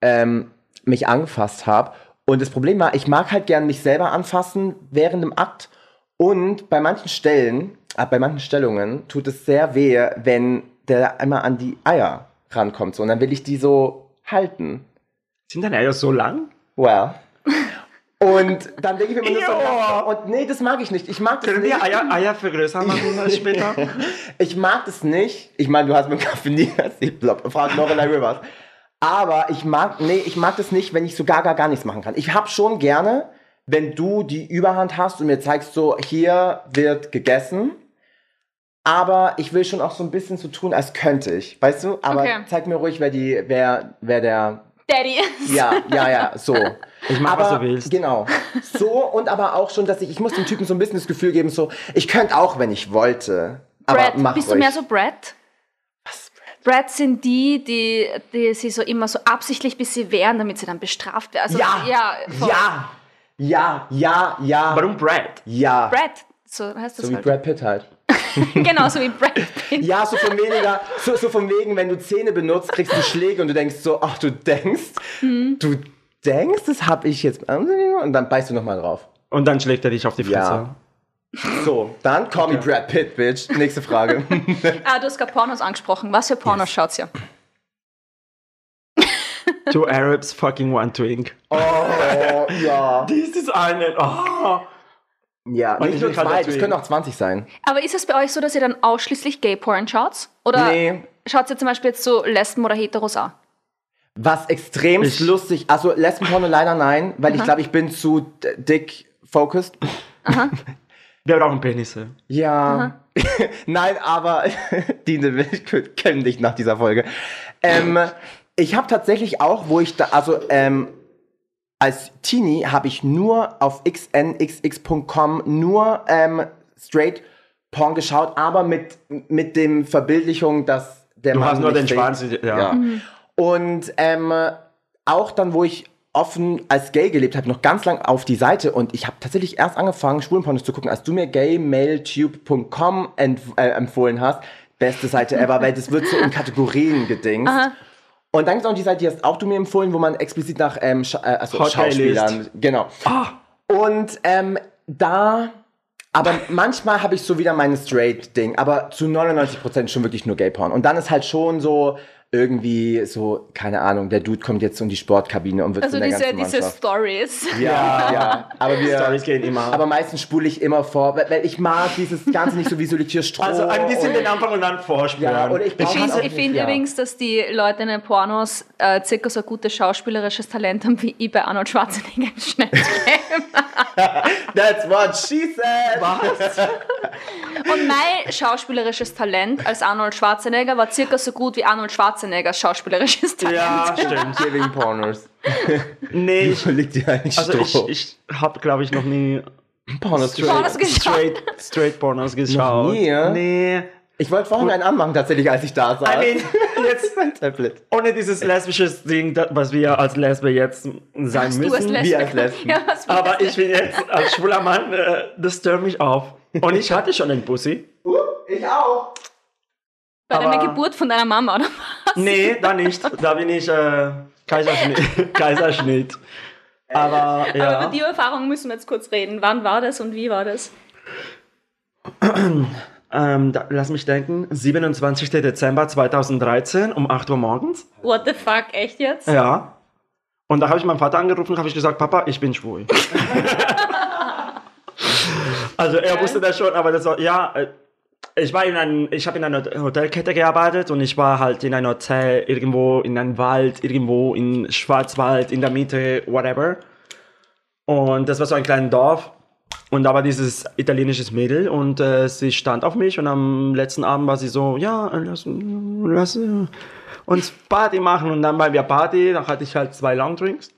[SPEAKER 1] ähm, mich angefasst habe. Und das Problem war, ich mag halt gern mich selber anfassen während dem Akt. Und bei manchen Stellen, äh, bei manchen Stellungen tut es sehr weh, wenn der einmal an die Eier rankommt. So, und dann will ich die so halten.
[SPEAKER 3] Sind deine Eier so lang? [LAUGHS]
[SPEAKER 1] Well. Und dann denke ich mir immer nur so,
[SPEAKER 3] Ja.
[SPEAKER 1] und nee, das mag ich nicht. Ich mag das
[SPEAKER 3] Können
[SPEAKER 1] nicht.
[SPEAKER 3] wir Eier, Eier vergrößern [LAUGHS] machen als später?
[SPEAKER 1] Ich mag das nicht. Ich meine, du hast mit Kaffee nie erzählt, Blob. Frag Lorelei Rivers. Aber ich mag, nee, ich mag das nicht, wenn ich so gar, gar, gar nichts machen kann. Ich hab schon gerne, wenn du die Überhand hast und mir zeigst so, hier wird gegessen. Aber ich will schon auch so ein bisschen so tun, als könnte ich. Weißt du? Aber
[SPEAKER 2] Okay.
[SPEAKER 1] zeig mir ruhig, wer die, wer, wer der
[SPEAKER 2] Daddy.
[SPEAKER 1] ja, ja, ja,
[SPEAKER 3] [LAUGHS]
[SPEAKER 1] so. Ich
[SPEAKER 3] mach,
[SPEAKER 1] aber,
[SPEAKER 3] was du willst.
[SPEAKER 1] Genau. So und aber auch schon, dass ich, ich muss dem Typen so ein bisschen das Gefühl geben, so, ich könnte auch, wenn ich wollte. Aber
[SPEAKER 2] Brad.
[SPEAKER 1] mach
[SPEAKER 2] bist
[SPEAKER 1] ruhig.
[SPEAKER 2] du mehr so Brad?
[SPEAKER 1] Was, Brad?
[SPEAKER 2] Brad sind die, die, die sie so immer so absichtlich bis sie wehren, damit sie dann bestraft werden. Also,
[SPEAKER 1] Ja.
[SPEAKER 2] ja, voll.
[SPEAKER 1] Ja, ja, ja, ja,
[SPEAKER 3] Warum Brad?
[SPEAKER 1] ja.
[SPEAKER 2] Brad. So heißt das
[SPEAKER 1] So wie
[SPEAKER 2] halt.
[SPEAKER 1] Brad Pitt halt.
[SPEAKER 2] Genau, so wie Brad. Pitt.
[SPEAKER 1] [LAUGHS] Ja, so von weniger, so, so von wegen, wenn du Zähne benutzt, kriegst du Schläge und du denkst so, ach, du denkst,
[SPEAKER 2] Hm.
[SPEAKER 1] du denkst, das hab ich jetzt. Und dann beißt du nochmal drauf.
[SPEAKER 3] Und dann schlägt er dich auf die Fresse.
[SPEAKER 1] Ja. So, dann call me Brad Pitt, bitch. Nächste Frage.
[SPEAKER 2] Ah, du hast gerade Pornos angesprochen. Was für Pornos schaut's ja?
[SPEAKER 3] Two Arabs fucking one twink.
[SPEAKER 1] Oh, ja.
[SPEAKER 3] Dies ist eine. Oh.
[SPEAKER 1] Ja,
[SPEAKER 3] Und
[SPEAKER 1] nicht
[SPEAKER 3] ich
[SPEAKER 1] nur
[SPEAKER 3] bin gerade
[SPEAKER 1] zwei, es
[SPEAKER 3] deswegen.
[SPEAKER 1] können auch 20 sein.
[SPEAKER 2] Aber ist es bei euch so, dass ihr dann ausschließlich Gay-Porn schaut? Oder
[SPEAKER 1] Nee.
[SPEAKER 2] schaut ihr zum Beispiel jetzt so Lesben oder Heteros an?
[SPEAKER 1] Was extrem
[SPEAKER 3] Ich-
[SPEAKER 1] lustig, also Lesbenporno leider nein, weil ich glaube, ich bin zu d- dick focused.
[SPEAKER 3] Wir brauchen Penisse.
[SPEAKER 1] Ja. [LAUGHS] nein, aber [LAUGHS] Dine, wir können dich nach dieser Folge. Ähm, ich habe tatsächlich auch, wo ich da, also ähm, als Teenie habe ich nur auf xnxx.com nur ähm, straight Porn geschaut, aber mit, mit dem Verbildlichung, dass der
[SPEAKER 3] Du
[SPEAKER 1] Mann
[SPEAKER 3] hast nur
[SPEAKER 1] nicht
[SPEAKER 3] den
[SPEAKER 1] sehen-
[SPEAKER 3] Schwanz. Ja.
[SPEAKER 1] Ja. Und ähm, auch dann, wo ich offen als gay gelebt habe, noch ganz lang auf die Seite und ich habe tatsächlich erst angefangen, Schwulenpornos zu gucken, als du mir gaymailtube.com ent- äh, empfohlen hast. Beste Seite ever, weil das wird so in Kategorien gedingst. Und dann gibt es auch die Seite, die hast auch du mir empfohlen, wo man explizit nach ähm, Scha äh, also
[SPEAKER 3] Hot Gay List.
[SPEAKER 1] Schauspielern, genau. Und ähm, da, aber manchmal habe ich so wieder mein Straight-Ding, aber zu 99% schon wirklich nur Gay-Porn. Und dann ist halt schon so irgendwie so, keine Ahnung, der Dude kommt jetzt so in die Sportkabine und wird
[SPEAKER 2] Also
[SPEAKER 1] von der
[SPEAKER 2] diese,
[SPEAKER 1] ganzen
[SPEAKER 2] diese
[SPEAKER 1] Mannschaft.
[SPEAKER 2] Stories.
[SPEAKER 1] Ja,
[SPEAKER 2] [LAUGHS]
[SPEAKER 1] ja, aber wir...
[SPEAKER 3] Stories gehen immer.
[SPEAKER 1] Aber meistens spule ich immer vor, weil weil ich mag dieses Ganze nicht so visualisiert Stroh.
[SPEAKER 3] also ein bisschen
[SPEAKER 1] und,
[SPEAKER 3] den Anfang und dann vorspüren.
[SPEAKER 1] Oh. Ja, oder ich brauche-
[SPEAKER 2] Ich,
[SPEAKER 1] Kann auch
[SPEAKER 2] ich
[SPEAKER 1] nicht,
[SPEAKER 2] finde
[SPEAKER 1] ja.
[SPEAKER 2] übrigens, dass die Leute in den Pornos äh, circa so ein gutes schauspielerisches Talent haben wie ich bei Arnold Schwarzenegger im Schnelldrehen.
[SPEAKER 1] That's what she said.
[SPEAKER 2] [LAUGHS] Und mein schauspielerisches Talent als Arnold Schwarzenegger war circa so gut wie Arnold Schwarzeneggers schauspielerisches Talent. [LAUGHS]
[SPEAKER 3] [LAUGHS] ja stimmt.
[SPEAKER 1] Giving [LAUGHS] Pornos.
[SPEAKER 3] Nee, ich,
[SPEAKER 1] Wieso liegt dir eigentlich
[SPEAKER 3] also
[SPEAKER 1] Stroh?
[SPEAKER 3] ich, ich habe, glaube ich, noch nie
[SPEAKER 1] Pornos
[SPEAKER 2] Pornos geschaut.
[SPEAKER 3] straight, straight Pornos geschaut.
[SPEAKER 1] nie?
[SPEAKER 3] Nee.
[SPEAKER 1] Ich wollte vorhin einen anmachen, tatsächlich, als ich da saß.
[SPEAKER 3] I mean, jetzt
[SPEAKER 1] [LAUGHS] Tablet.
[SPEAKER 3] ohne dieses lesbische Ding, da- was wir als Lesbe jetzt sein
[SPEAKER 2] Was
[SPEAKER 3] müssen.
[SPEAKER 2] du als Lesbe.
[SPEAKER 1] wir als Lesben.
[SPEAKER 2] Ja, was wir
[SPEAKER 3] Aber
[SPEAKER 2] als
[SPEAKER 3] ich bin jetzt als schwuler Mann, äh, das stört mich auf. Und ich hatte schon einen Pussy.
[SPEAKER 1] Ich auch.
[SPEAKER 2] Bei deiner
[SPEAKER 3] aber-
[SPEAKER 2] Geburt von deiner Mama, oder?
[SPEAKER 3] Nee, da nicht. Da bin ich äh, Kaiserschnitt. Kaiserschnitt. Aber ja.
[SPEAKER 2] Über die Erfahrung müssen wir jetzt kurz reden. Wann war das und wie war das?
[SPEAKER 3] Ähm, da, lass mich denken, 27. Dezember 2013 um 8 Uhr morgens.
[SPEAKER 2] What the fuck, echt jetzt?
[SPEAKER 3] Ja. Und da habe ich meinen Vater angerufen und habe ich gesagt, Papa, ich bin schwul. also er
[SPEAKER 2] Ja.
[SPEAKER 3] wusste das schon, aber das war, ja, äh, ich war in einem, ich habe in einer Hotelkette gearbeitet und ich war halt in einem Hotel irgendwo, in einem Wald, irgendwo in Schwarzwald, in der Mitte, whatever. Und das war so ein kleines Dorf. Und da war dieses italienisches Mädel und äh, sie stand auf mich und am letzten Abend war sie so, ja, äh, lass, lass äh, uns Party machen. Und dann waren wir Party, dann hatte ich halt zwei Longdrinks.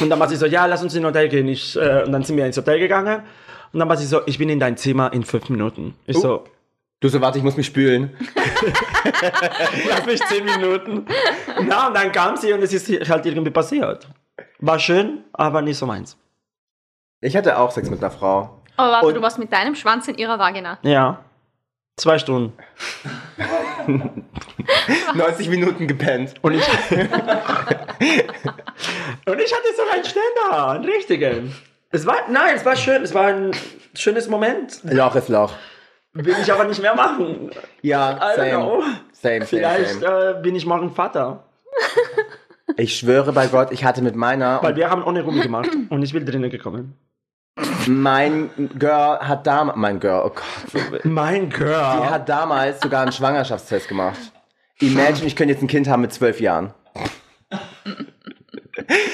[SPEAKER 3] Und dann war sie so, ja, lass uns ins Hotel gehen. Ich, äh, und dann sind wir ins Hotel gegangen. Und dann war sie so, ich bin in dein Zimmer in fünf Minuten. Ich so,
[SPEAKER 1] Du so, warte, ich muss mich spülen.
[SPEAKER 3] [LAUGHS] lass mich zehn Minuten. Na, und dann kam sie und es ist halt irgendwie passiert. War schön, aber nicht so meins.
[SPEAKER 1] Ich hatte auch Sex mit einer Frau.
[SPEAKER 2] Aber warte,
[SPEAKER 1] Und-
[SPEAKER 2] du warst mit deinem Schwanz in ihrer Vagina.
[SPEAKER 3] Ja. Zwei Stunden.
[SPEAKER 1] 90 Minuten gepennt.
[SPEAKER 3] Und ich, und ich hatte so einen Ständer, einen richtigen. Es war, nein, es war schön, es war ein schönes Moment.
[SPEAKER 1] Loch ist Loch.
[SPEAKER 3] Will ich aber nicht mehr machen.
[SPEAKER 1] Ja,
[SPEAKER 3] I don't know.
[SPEAKER 1] same. Same, same,
[SPEAKER 3] Vielleicht
[SPEAKER 1] same.
[SPEAKER 3] äh, bin ich morgen Vater.
[SPEAKER 1] Ich schwöre bei Gott, ich hatte mit meiner
[SPEAKER 3] Weil wir haben ohne Rumi gemacht
[SPEAKER 2] [CLEARS THROAT]
[SPEAKER 3] und ich bin drinnen gekommen.
[SPEAKER 1] Mein Girl hat damals, mein Girl, oh Gott,
[SPEAKER 3] Mein Girl.
[SPEAKER 1] die hat damals sogar einen Schwangerschaftstest gemacht. Imagine, ich könnte jetzt ein Kind haben mit zwölf Jahren.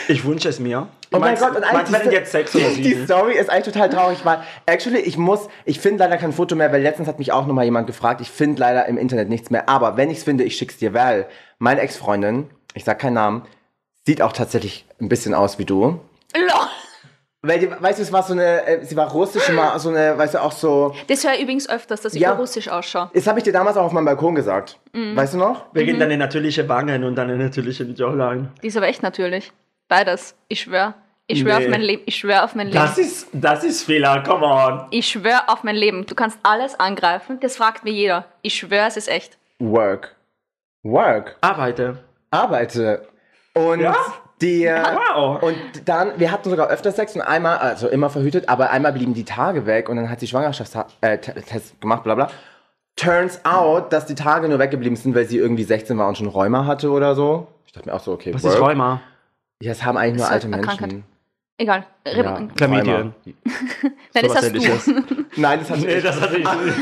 [SPEAKER 3] ich wünsche es mir.
[SPEAKER 1] Oh mein Gott, und
[SPEAKER 3] und meinst,
[SPEAKER 1] eigentlich
[SPEAKER 3] wir hatten
[SPEAKER 1] die-
[SPEAKER 3] jetzt sechs
[SPEAKER 1] [LAUGHS]
[SPEAKER 3] oder
[SPEAKER 1] Die
[SPEAKER 3] sieben.
[SPEAKER 1] Story ist eigentlich total traurig, weil actually ich muss, ich finde leider kein Foto mehr, weil letztens hat mich auch nochmal jemand gefragt, ich finde leider im Internet nichts mehr, aber wenn ich es finde, ich schick's dir, weil meine Ex-Freundin, ich sag keinen Namen, sieht auch tatsächlich ein bisschen aus wie du.
[SPEAKER 2] Lol.
[SPEAKER 1] Weil, die, weißt du, es war so eine, äh, sie war russisch, immer so eine, weißt du, auch so,
[SPEAKER 2] Das höre ich übrigens öfters, dass ich
[SPEAKER 1] Ja.
[SPEAKER 2] nur russisch ausschaue.
[SPEAKER 1] das habe ich dir damals auch auf meinem Balkon gesagt,
[SPEAKER 3] Mhm.
[SPEAKER 1] weißt du noch?
[SPEAKER 3] Wegen deiner natürlichen Wangen und deiner natürlichen Jawline.
[SPEAKER 2] Die ist aber echt natürlich. Beides. Ich schwöre. Ich schwöre
[SPEAKER 3] Nee.
[SPEAKER 2] auf mein Leben. Ich schwöre auf mein Leben.
[SPEAKER 3] Das ist, das ist Fehler, come on.
[SPEAKER 2] ich schwöre auf mein Leben. Du kannst alles angreifen. Das fragt mir jeder. Ich schwöre, es ist echt.
[SPEAKER 1] Work. Work.
[SPEAKER 3] Arbeite.
[SPEAKER 1] arbeite. Und
[SPEAKER 3] Ja?
[SPEAKER 1] die. äh,
[SPEAKER 3] Wow.
[SPEAKER 1] Und dann, wir hatten sogar öfter Sex und einmal, also immer verhütet, aber einmal blieben die Tage weg und dann hat sie Schwangerschaftstest äh, Te- Test gemacht, bla bla. Turns out, dass die Tage nur weggeblieben sind, weil sie irgendwie 16 war und schon Rheuma hatte oder so. Ich dachte mir auch so, okay,
[SPEAKER 3] Was
[SPEAKER 1] work.
[SPEAKER 3] ist Rheuma?
[SPEAKER 1] Ja, es haben eigentlich nur
[SPEAKER 2] Ist halt
[SPEAKER 1] alte
[SPEAKER 2] eine
[SPEAKER 1] Menschen.
[SPEAKER 2] Krankheit. Egal. Reden-
[SPEAKER 1] Ja,
[SPEAKER 2] Nein, [LAUGHS]
[SPEAKER 3] Chlamydien.
[SPEAKER 1] Rheuma.
[SPEAKER 2] das
[SPEAKER 3] sowas
[SPEAKER 2] hast [LAUGHS] du.
[SPEAKER 3] Ähnliches.
[SPEAKER 1] Nein, das hat
[SPEAKER 3] Nee, das hatte ich nicht.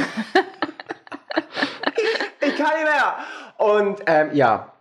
[SPEAKER 1] [LAUGHS] Ich kann nicht mehr. Und ähm, ja.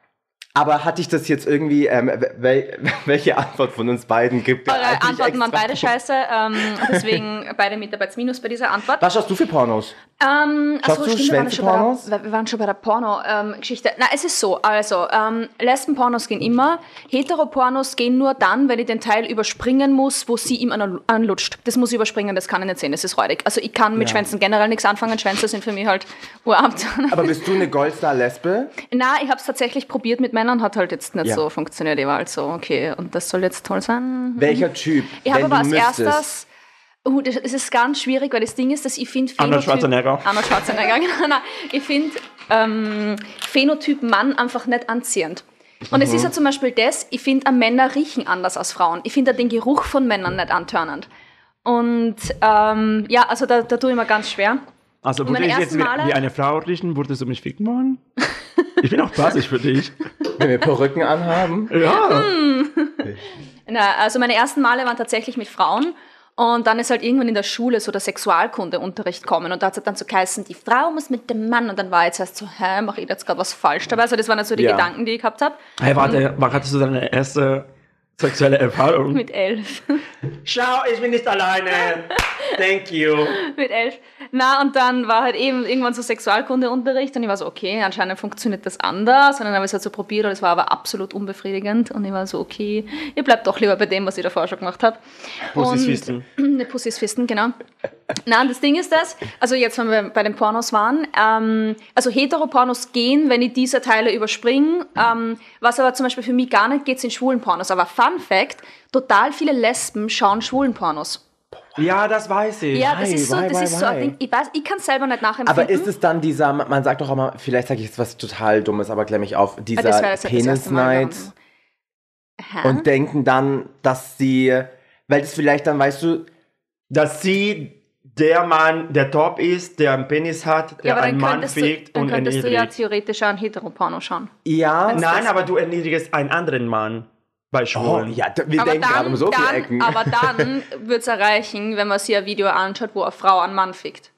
[SPEAKER 1] Aber hatte ich das jetzt irgendwie, ähm, wel [LAUGHS] welche Antwort von uns beiden gibt?
[SPEAKER 2] Eure
[SPEAKER 1] eigentlich
[SPEAKER 2] Antworten waren
[SPEAKER 1] extra? [LAUGHS]
[SPEAKER 2] beide scheiße. Ähm, deswegen beide mit dabei minus bei dieser Antwort.
[SPEAKER 1] Was schaust du für Pornos?
[SPEAKER 2] Ähm,
[SPEAKER 1] Schaust
[SPEAKER 2] achso,
[SPEAKER 1] du
[SPEAKER 2] stimmt, wir waren, schon bei
[SPEAKER 1] Schwänze-Pornos?
[SPEAKER 2] der, wir waren schon bei der Porno-Geschichte. Na, es ist so, also, ähm, Lesben-Pornos gehen immer, Heteropornos gehen nur dann, wenn ich den Teil überspringen muss, wo sie ihm anl- anlutscht. Das muss ich überspringen, das kann ich nicht sehen, das ist räudig. Also ich kann mit
[SPEAKER 1] Ja.
[SPEAKER 2] Schwänzen generell nichts anfangen, Schwänze sind für mich halt urabend.
[SPEAKER 1] Aber
[SPEAKER 2] [LAUGHS]
[SPEAKER 1] bist du eine Goldstar-Lesbe?
[SPEAKER 2] Na, ich habe es tatsächlich probiert mit Männern, hat halt jetzt nicht
[SPEAKER 1] Ja.
[SPEAKER 2] so funktioniert. Ich war halt so, okay, und das soll jetzt toll sein?
[SPEAKER 1] Welcher Typ?
[SPEAKER 2] Ich habe
[SPEAKER 1] wenn
[SPEAKER 2] aber
[SPEAKER 1] du
[SPEAKER 2] als
[SPEAKER 1] müsstest?
[SPEAKER 2] erstes. Uh, das, es ist ganz schwierig, weil das Ding ist, dass ich finde.
[SPEAKER 3] Arnold Schwarzenegger.
[SPEAKER 2] Arnold Schwarzenegger, [LAUGHS] genau. Nein, ich finde ähm, Phänotyp Mann einfach nicht anziehend. Und es ist
[SPEAKER 1] Mhm.
[SPEAKER 2] ja zum Beispiel das, ich finde, Männer riechen anders als Frauen. Ich finde den Geruch von Männern nicht antörnend. Und ähm, ja, also da, da tue ich mir ganz schwer.
[SPEAKER 3] Also
[SPEAKER 2] meine
[SPEAKER 3] würde ich jetzt
[SPEAKER 2] ersten
[SPEAKER 3] wie,
[SPEAKER 2] Male-
[SPEAKER 3] wie eine Frau riechen, würdest du mich ficken [LAUGHS] wollen? Ich bin auch passig für dich.
[SPEAKER 1] Wenn wir Perücken anhaben.
[SPEAKER 3] Ja.
[SPEAKER 2] Na, also meine ersten Male waren tatsächlich mit Frauen. Und dann ist halt irgendwann in der Schule so der Sexualkundeunterricht kommen und da hat es halt dann so geheißen, die Frau muss mit dem Mann und dann war jetzt erst so, hä, mache ich jetzt gerade was falsch dabei? Also das waren halt so die
[SPEAKER 1] Ja.
[SPEAKER 2] Gedanken, die ich gehabt habe
[SPEAKER 3] Hey, warte, wann hattest du deine erste sexuelle Erfahrung?
[SPEAKER 2] mit elf. [LAUGHS]
[SPEAKER 3] Schau, ich bin nicht alleine. [LAUGHS] Thank you.
[SPEAKER 2] mit elf. Na, und dann war halt eben irgendwann so Sexualkundeunterricht und ich war so, okay, anscheinend funktioniert das anders. Und dann habe ich es halt so probiert und es war aber absolut unbefriedigend. Und ich war so, okay, ihr bleibt doch lieber bei dem, was ich davor schon gemacht habe.
[SPEAKER 3] Pussys
[SPEAKER 2] Und-
[SPEAKER 3] fisten.
[SPEAKER 2] Eine Pussys fisten, genau. Na, und das Ding ist das, also jetzt, wenn wir bei den Pornos waren, ähm, also Heteropornos gehen, wenn ich diese Teile überspringe. Ähm, was aber zum Beispiel für mich gar nicht geht, sind schwulen Pornos. Aber Fun Fact, total viele Lesben schauen schwulen Pornos.
[SPEAKER 3] Ja, das weiß ich.
[SPEAKER 2] Ja, das
[SPEAKER 1] Why,
[SPEAKER 2] ist so,
[SPEAKER 1] why,
[SPEAKER 2] das
[SPEAKER 1] why,
[SPEAKER 2] ist so ein
[SPEAKER 1] why?
[SPEAKER 2] Ding. Ich, weiß, ich kann es selber nicht nachempfinden.
[SPEAKER 1] Aber ist es dann dieser, man sagt doch immer, vielleicht sage ich jetzt was total Dummes, aber klär mich auf, dieser
[SPEAKER 2] das wäre das ja das erste Mal,
[SPEAKER 1] Penis-Night und denken dann, dass sie, weil das vielleicht dann, weißt du,
[SPEAKER 3] Dass sie der Mann, der top ist, der einen Penis hat, der
[SPEAKER 2] Ja, aber dann
[SPEAKER 3] einen Mann
[SPEAKER 2] könntest, du,
[SPEAKER 3] fickt
[SPEAKER 2] dann
[SPEAKER 3] und
[SPEAKER 2] könntest du ja
[SPEAKER 3] erniedrigt.
[SPEAKER 2] theoretisch auch einen Heteroporno schauen.
[SPEAKER 1] Ja,
[SPEAKER 3] Nein, aber du erniedrigst einen anderen Mann bei
[SPEAKER 1] oh,
[SPEAKER 3] Schwulen.
[SPEAKER 1] ja, da- wir
[SPEAKER 2] Aber
[SPEAKER 1] denken gerade
[SPEAKER 2] dann,
[SPEAKER 1] um so viele
[SPEAKER 2] dann,
[SPEAKER 1] Ecken.
[SPEAKER 2] aber dann wird es erreichen, wenn man sich ein Video anschaut, wo eine Frau einen Mann fickt.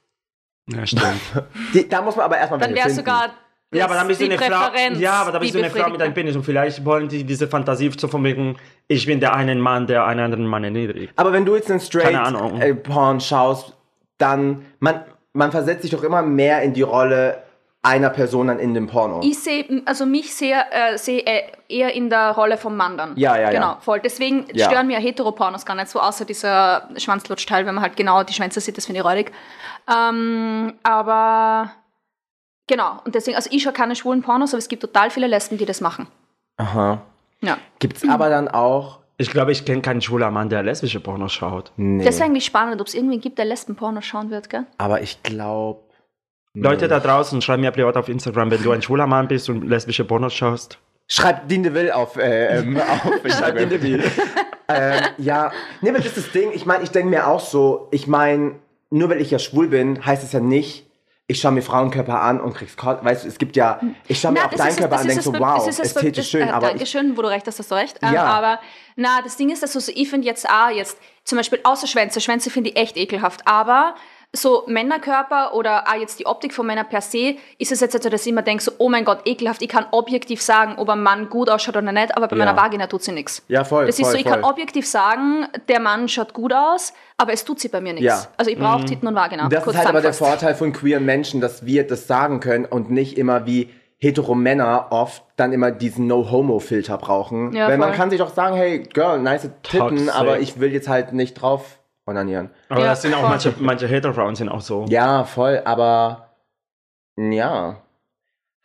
[SPEAKER 3] ja stimmt.
[SPEAKER 1] [LAUGHS] Die, da muss man aber erstmal
[SPEAKER 2] Dann
[SPEAKER 1] welche
[SPEAKER 2] wäre
[SPEAKER 1] finden.
[SPEAKER 2] sogar
[SPEAKER 3] Ja, aber dann bist du
[SPEAKER 2] die
[SPEAKER 3] eine Frau.
[SPEAKER 2] Präferenz.
[SPEAKER 3] Ja, aber dann bist
[SPEAKER 2] die
[SPEAKER 3] du eine Frau mit einem
[SPEAKER 2] befriedigender.
[SPEAKER 3] Penis und vielleicht wollen die diese Fantasie zu von wegen, ich bin der einen Mann, der einen anderen Mann erniedrigt.
[SPEAKER 1] Aber wenn du jetzt einen straight
[SPEAKER 3] Keine Ahnung.
[SPEAKER 1] äh, Porn schaust, dann man man versetzt sich doch immer mehr in die Rolle einer Person dann in dem Porno.
[SPEAKER 2] Ich sehe, also mich sehr, äh, sehe äh, eher in der Rolle vom Mann dann.
[SPEAKER 1] Ja, ja, ja.
[SPEAKER 2] Genau, voll. Deswegen
[SPEAKER 1] Ja.
[SPEAKER 2] stören mir Heteropornos gar nicht so, außer dieser Schwanzlutschteil, wenn man halt genau die Schwänze sieht, das finde ich räudig. Ähm, aber genau, und deswegen, also ich schaue keine schwulen Pornos, aber es gibt total viele Lesben, die das machen.
[SPEAKER 1] Aha.
[SPEAKER 2] Ja.
[SPEAKER 1] Gibt's aber dann auch
[SPEAKER 3] Ich glaube, ich kenne keinen schwuler Mann, der lesbische Pornos schaut.
[SPEAKER 1] nee,
[SPEAKER 2] Das wäre eigentlich spannend, ob es irgendwen gibt, der Lesben-Pornos schauen wird, gell?
[SPEAKER 1] aber ich glaube
[SPEAKER 3] Leute da draußen, schreib mir privat auf Instagram, wenn du ein schwuler Mann bist und lesbische Pornos schaust.
[SPEAKER 1] Schreibt Dean DeVille auf, äh, ähm, auf Instagram. [LAUGHS] ähm, ja, nee, aber das ist das Ding. Ich meine, ich denke mir auch so, ich meine, nur weil ich ja schwul bin, heißt es ja nicht, ich schaue mir Frauenkörper an und krieg's Kotz. Weißt du, es gibt ja, ich schaue mir
[SPEAKER 2] Na,
[SPEAKER 1] auch
[SPEAKER 2] das
[SPEAKER 1] deinen
[SPEAKER 2] ist es-
[SPEAKER 1] Körper
[SPEAKER 2] das
[SPEAKER 1] an und
[SPEAKER 2] ist
[SPEAKER 1] denke
[SPEAKER 2] es
[SPEAKER 1] so,
[SPEAKER 2] beim-
[SPEAKER 1] wow,
[SPEAKER 2] das
[SPEAKER 1] es
[SPEAKER 2] ist es beim-
[SPEAKER 1] täte
[SPEAKER 2] das-
[SPEAKER 1] schön,
[SPEAKER 2] äh,
[SPEAKER 1] aber ich,
[SPEAKER 2] Dankeschön, wo du recht hast, hast du recht. Ähm,
[SPEAKER 1] Ja.
[SPEAKER 2] Aber na, das Ding ist, dass also ich finde jetzt auch jetzt, zum Beispiel außer Schwänze, Schwänze finde ich echt ekelhaft, aber so Männerkörper oder auch jetzt die Optik von Männern per se, ist es jetzt so, dass ich immer denke, so, oh mein Gott, ekelhaft, ich kann objektiv sagen, ob ein Mann gut ausschaut oder nicht, aber bei
[SPEAKER 1] Ja.
[SPEAKER 2] meiner Vagina tut sie nichts.
[SPEAKER 1] Ja, voll,
[SPEAKER 2] Das ist
[SPEAKER 1] voll,
[SPEAKER 2] so, ich kann
[SPEAKER 1] voll.
[SPEAKER 2] objektiv sagen, der Mann schaut gut aus, aber es tut sie bei mir nichts.
[SPEAKER 1] Ja. Mhm.
[SPEAKER 2] Also ich brauche Titten und Vagina.
[SPEAKER 1] das
[SPEAKER 2] kurz
[SPEAKER 1] ist halt aber der
[SPEAKER 2] zusammengefasst.
[SPEAKER 1] Vorteil von queeren Menschen, dass wir das sagen können und nicht immer wie hetero Männer oft dann immer diesen No-Homo-Filter brauchen.
[SPEAKER 2] Ja,
[SPEAKER 1] weil man
[SPEAKER 2] voll.
[SPEAKER 1] kann sich doch sagen, hey, Girl, nice Titten,
[SPEAKER 3] Toxic.
[SPEAKER 1] aber ich will jetzt halt nicht drauf onanieren.
[SPEAKER 3] Aber
[SPEAKER 2] Ja,
[SPEAKER 3] das sind auch
[SPEAKER 2] voll.
[SPEAKER 3] manche, manche Hater-Frauen sind auch so.
[SPEAKER 1] Ja, voll, aber ja.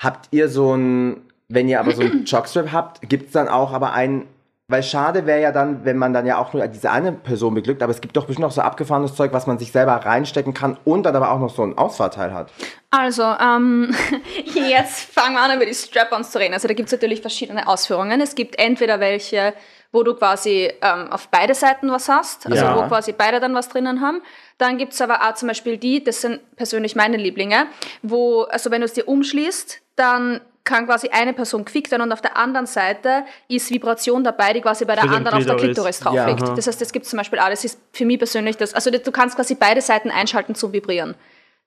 [SPEAKER 1] Habt ihr so ein, wenn ihr aber so
[SPEAKER 2] [CLEARS THROAT]
[SPEAKER 1] ein Jockstrap habt, gibt's dann auch aber einen, weil schade wäre ja dann, wenn man dann ja auch nur diese eine Person beglückt, aber es gibt doch bestimmt noch so abgefahrenes Zeug, was man sich selber reinstecken kann und dann aber auch noch so einen Ausfahrteil hat.
[SPEAKER 2] Also, ähm, [LAUGHS] jetzt fangen wir an, über die Strap-Ons zu reden. Also, da gibt es natürlich verschiedene Ausführungen. Es gibt entweder welche, wo du quasi ähm, auf beide Seiten was hast, also
[SPEAKER 1] Ja.
[SPEAKER 2] wo quasi beide dann was drinnen haben. Dann gibt es aber auch zum Beispiel die, das sind persönlich meine Lieblinge, wo, also wenn du es dir umschließt, dann kann quasi eine Person quick sein und auf der anderen Seite ist Vibration dabei, die quasi bei der
[SPEAKER 3] Für den
[SPEAKER 2] anderen auf der
[SPEAKER 3] Klitoris.
[SPEAKER 2] Klitoris drauf liegt.
[SPEAKER 1] Ja, aha.
[SPEAKER 2] Das heißt, es gibt zum Beispiel auch, das ist für mich persönlich das, also du kannst quasi beide Seiten einschalten zum Vibrieren.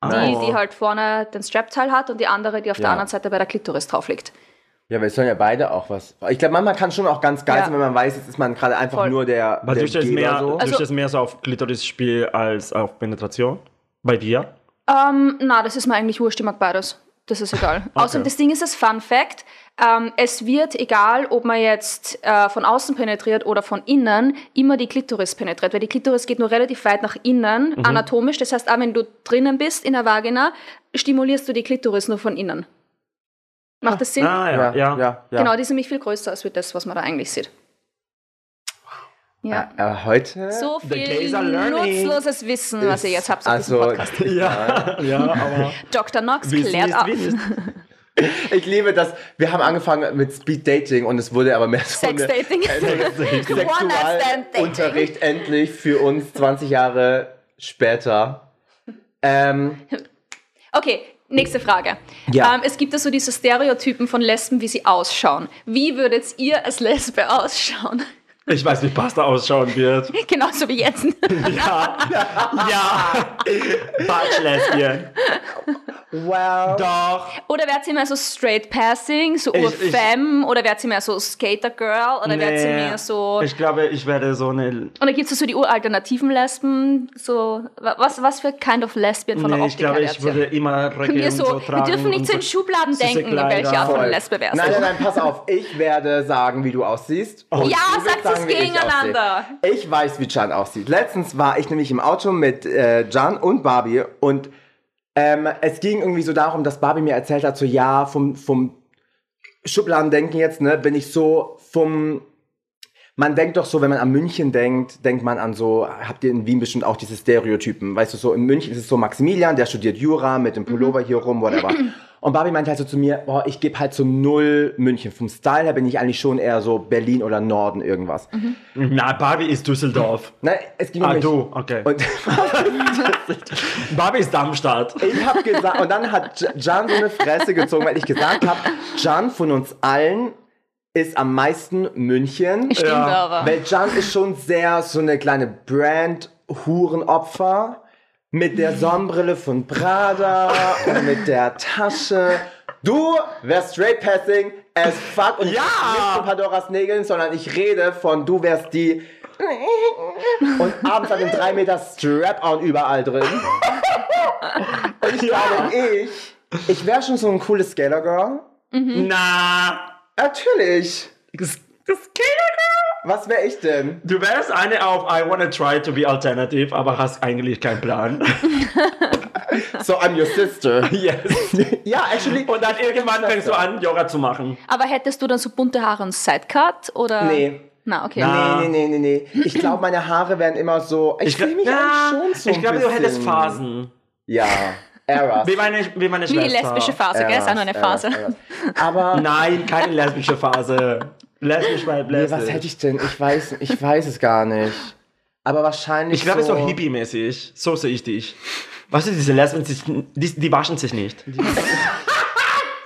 [SPEAKER 2] Die, die halt vorne den Strap-Teil hat und die andere, die auf
[SPEAKER 1] Ja.
[SPEAKER 2] der anderen Seite bei der Klitoris drauf liegt.
[SPEAKER 1] Ja, weil es sollen ja beide auch was. Ich glaube, manchmal kann schon auch ganz geil
[SPEAKER 2] Ja.
[SPEAKER 1] sein, wenn man weiß, jetzt ist man gerade einfach
[SPEAKER 2] Voll.
[SPEAKER 1] nur der,
[SPEAKER 3] Weil
[SPEAKER 1] der
[SPEAKER 3] du stehst
[SPEAKER 1] Geber
[SPEAKER 3] mehr,
[SPEAKER 1] so.
[SPEAKER 3] du
[SPEAKER 2] Also-
[SPEAKER 3] stehst mehr so auf Klitoris-Spiel als auf Penetration. Bei dir?
[SPEAKER 2] Ähm, na, das ist mir eigentlich wurscht, ich mag beides. Das ist egal. Außerdem, das Ding ist das Fun Fact. Ähm, es wird, egal ob man jetzt äh, von außen penetriert oder von innen, immer die Klitoris penetriert, weil die Klitoris geht nur relativ weit nach innen, anatomisch. Das heißt, auch wenn du drinnen bist in der Vagina, stimulierst du die Klitoris nur von innen. Macht das Sinn?
[SPEAKER 3] Ah, ja, ja.
[SPEAKER 1] ja, ja.
[SPEAKER 2] Genau, die ist nämlich viel größer als das, was man da eigentlich sieht. Ja.
[SPEAKER 1] Äh, äh, heute.
[SPEAKER 2] So
[SPEAKER 3] The
[SPEAKER 2] viel
[SPEAKER 3] gays are learning.
[SPEAKER 2] nutzloses Wissen, was ihr jetzt habt auf
[SPEAKER 1] also,
[SPEAKER 2] diesem Podcast.
[SPEAKER 3] Ja,
[SPEAKER 2] Genau. [LAUGHS]
[SPEAKER 3] ja, aber
[SPEAKER 2] Dr. Knox
[SPEAKER 3] Wissen
[SPEAKER 2] klärt
[SPEAKER 3] ist
[SPEAKER 2] auf.
[SPEAKER 3] Wissen.
[SPEAKER 1] [LAUGHS] Ich liebe das. Wir haben angefangen mit Speed Dating und es wurde aber mehr so [LAUGHS] eine-
[SPEAKER 2] Sexdating. One-Night-Stand-Dating.
[SPEAKER 1] Sexualunterricht endlich für uns 20 Jahre später. Ähm,
[SPEAKER 2] Okay, nächste Frage.
[SPEAKER 1] Ja.
[SPEAKER 2] Ähm, es gibt ja so diese Stereotypen von Lesben, wie sie ausschauen. Wie würdet ihr als Lesbe ausschauen? [LAUGHS]
[SPEAKER 3] Ich weiß, wie Pasta ausschauen wird.
[SPEAKER 2] Genauso
[SPEAKER 1] [LAUGHS]
[SPEAKER 2] wie jetzt.
[SPEAKER 3] Ja, [LAUGHS] ja. Batschlesbien.
[SPEAKER 1] wow.
[SPEAKER 3] Doch.
[SPEAKER 2] Oder wärt ihr mehr so straight passing, so
[SPEAKER 3] Ich-
[SPEAKER 2] Urfemme? Oder wärt ihr mehr so Skater Girl? Oder wärt ihr
[SPEAKER 3] Nee.
[SPEAKER 2] mehr so.
[SPEAKER 3] Ich glaube, ich werde so eine.
[SPEAKER 2] und dann gibt es so die uralternativen Lesben. So, wa- was, was für kind of Lesbian von der
[SPEAKER 3] Nee,
[SPEAKER 2] Optik
[SPEAKER 3] ich glaube,
[SPEAKER 2] her wärt
[SPEAKER 3] ich würde
[SPEAKER 2] ihr?
[SPEAKER 3] immer Röcke
[SPEAKER 2] Wir,
[SPEAKER 3] und
[SPEAKER 2] so,
[SPEAKER 3] so,
[SPEAKER 2] wir
[SPEAKER 3] tragen.
[SPEAKER 2] dürfen nicht
[SPEAKER 3] und
[SPEAKER 2] zu den Schubladen
[SPEAKER 3] süße
[SPEAKER 2] denken,
[SPEAKER 3] Kleider.
[SPEAKER 2] welche Art von
[SPEAKER 1] Voll.
[SPEAKER 2] Lesbe wärst
[SPEAKER 1] Nein,
[SPEAKER 2] du.
[SPEAKER 1] nein, nein, pass auf. Ich werde sagen, wie du aussiehst.
[SPEAKER 3] Oh.
[SPEAKER 1] und
[SPEAKER 2] Ja,
[SPEAKER 1] du wirst sagen,
[SPEAKER 2] sagt es
[SPEAKER 1] wie ich
[SPEAKER 2] gegeneinander.
[SPEAKER 1] aussehe. Ich weiß, wie Can aussieht. Letztens war ich nämlich im Auto mit äh, Can und Barbie und ähm, es ging irgendwie so darum, dass Barbie mir erzählt hat, so ja, vom, vom Schubladendenken jetzt, ne, bin ich so vom man denkt doch so, wenn man an München denkt, denkt man an so, habt ihr in Wien bestimmt auch diese Stereotypen. Weißt du, so in München ist es so Maximilian, der studiert Jura mit dem
[SPEAKER 3] Mhm.
[SPEAKER 1] Pullover hier rum, whatever. Und Barbie meinte halt so zu mir, boah, ich gebe halt so null München. Vom Style her bin ich eigentlich schon eher so Berlin oder Norden irgendwas.
[SPEAKER 3] Na, Barbie
[SPEAKER 2] [LAUGHS]
[SPEAKER 3] ist Düsseldorf.
[SPEAKER 1] Nein, es ging um
[SPEAKER 3] Mhm. Ah,
[SPEAKER 1] mich.
[SPEAKER 3] du, okay.
[SPEAKER 1] Und [LAUGHS]
[SPEAKER 3] Barbie ist Darmstadt.
[SPEAKER 1] ich habe gesagt, und dann hat J- Jan so eine Fresse gezogen, weil ich gesagt habe, Jan von uns allen ist am meisten München.
[SPEAKER 2] Stimmt
[SPEAKER 3] Ja.
[SPEAKER 2] aber.
[SPEAKER 1] Weil Jan ist schon sehr so eine kleine Brand-Hurenopfer mit der Sonnenbrille von Prada und mit der Tasche. Du wärst straight passing as fuck und
[SPEAKER 3] Ja!
[SPEAKER 1] nicht von Pandoras Nägeln, sondern ich rede von du wärst die und abends an den 3 Meter Strap-on überall drin. Und ich glaube, ich, ich wäre schon so ein cooles Skater-Girl.
[SPEAKER 2] Mhm.
[SPEAKER 3] Na,
[SPEAKER 1] Natürlich.
[SPEAKER 3] das, das geht ja
[SPEAKER 1] Was wäre ich denn?
[SPEAKER 3] gar- Du wärst eine auf I wanna try to be alternative, aber hast eigentlich keinen
[SPEAKER 2] [LAUGHS]
[SPEAKER 3] Plan.
[SPEAKER 1] So, I'm your sister.
[SPEAKER 3] yes.
[SPEAKER 1] Ja, actually.
[SPEAKER 3] [LAUGHS] Und dann irgendwann fängst du an, Yoga zu machen.
[SPEAKER 2] Aber hättest du dann so bunte Haare und Sidecut? Oder?
[SPEAKER 1] Nee.
[SPEAKER 2] Na, okay.
[SPEAKER 3] Na.
[SPEAKER 1] Nee, nee, nee, nee, nee. Ich glaube, meine Haare wären immer so. Ich, fühle mich
[SPEAKER 3] na,
[SPEAKER 1] eigentlich schon so.
[SPEAKER 3] Ich
[SPEAKER 1] ein
[SPEAKER 3] glaube, du
[SPEAKER 1] bisschen.
[SPEAKER 3] hättest Phasen.
[SPEAKER 1] Ja, Eras.
[SPEAKER 3] Wie meine, wie meine
[SPEAKER 2] Wie die
[SPEAKER 3] Schwester.
[SPEAKER 2] lesbische Phase, gell? Ist auch nur eine
[SPEAKER 1] Eras,
[SPEAKER 2] Phase. [LAUGHS]
[SPEAKER 1] Eras, Eras. Aber.
[SPEAKER 3] [LAUGHS] Nein, keine lesbische Phase. Lesbisch bleibt
[SPEAKER 1] Nee,
[SPEAKER 3] lesbisch.
[SPEAKER 1] was hätte ich denn? Ich weiß, ich weiß es gar nicht. Aber wahrscheinlich.
[SPEAKER 3] Ich glaube, so, so hippie-mäßig. So sehe ich dich. Weißt du, diese Lesben, sich, die, die waschen sich nicht. Die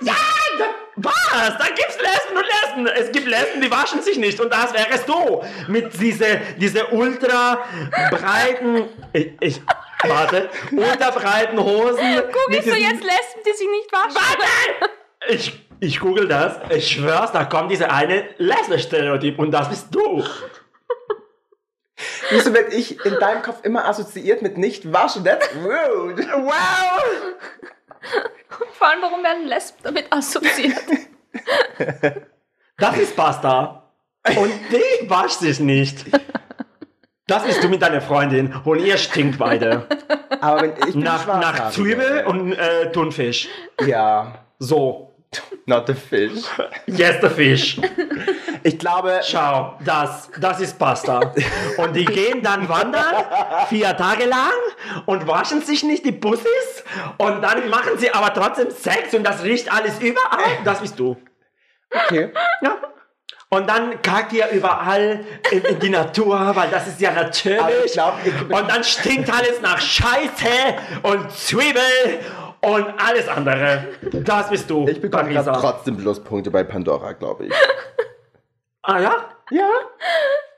[SPEAKER 3] ja! Da, was? Da gibt's Lesben und Lesben. Es gibt Lesben, die waschen sich nicht. Und das wärst du. Mit diese, diese ultra breiten... Ich, ich, warte. Ultra breiten Hosen. mit
[SPEAKER 2] Googlest du
[SPEAKER 3] diesen-
[SPEAKER 2] jetzt Lesben, die sich nicht waschen?
[SPEAKER 3] Ich, ich google das. Ich schwör's, da kommt dieser eine Lesben-Stereotyp. Und das bist du.
[SPEAKER 1] Wieso werde ich in deinem Kopf immer assoziiert mit nicht waschen? That's rude. Wow.
[SPEAKER 2] Vor allem, warum werden Lesben damit
[SPEAKER 1] [LAUGHS]
[SPEAKER 2] assoziiert?
[SPEAKER 3] Das ist Pasta. Und die wascht sich nicht. Das bist du mit deiner Freundin. Und ihr stinkt beide.
[SPEAKER 1] Aber wenn ich bin
[SPEAKER 3] Nach,
[SPEAKER 1] schwarzhaarig.
[SPEAKER 3] nach Zwiebel und äh, Thunfisch.
[SPEAKER 1] Ja.
[SPEAKER 3] So.
[SPEAKER 1] Not the fish.
[SPEAKER 3] Yes, the Fisch.
[SPEAKER 1] Ich glaube,
[SPEAKER 3] Ciao. Das, das ist Pasta. Und die gehen dann wandern, vier Tage lang, und waschen sich nicht die Bussis. Und dann machen sie aber trotzdem Sex und das riecht alles überall. Das bist du.
[SPEAKER 1] okay.
[SPEAKER 3] Ja. Und dann kackt ihr überall in, in die Natur, weil das ist ja
[SPEAKER 1] Aber
[SPEAKER 3] natürlich.
[SPEAKER 1] ich glaub, ich-
[SPEAKER 3] und dann stinkt alles nach Scheiße und Zwiebel und alles andere. Das bist du.
[SPEAKER 1] Ich bekomme grad
[SPEAKER 3] Pariser.
[SPEAKER 1] trotzdem Pluspunkte bei Pandora, glaube ich.
[SPEAKER 3] Ah ja?
[SPEAKER 1] Ja.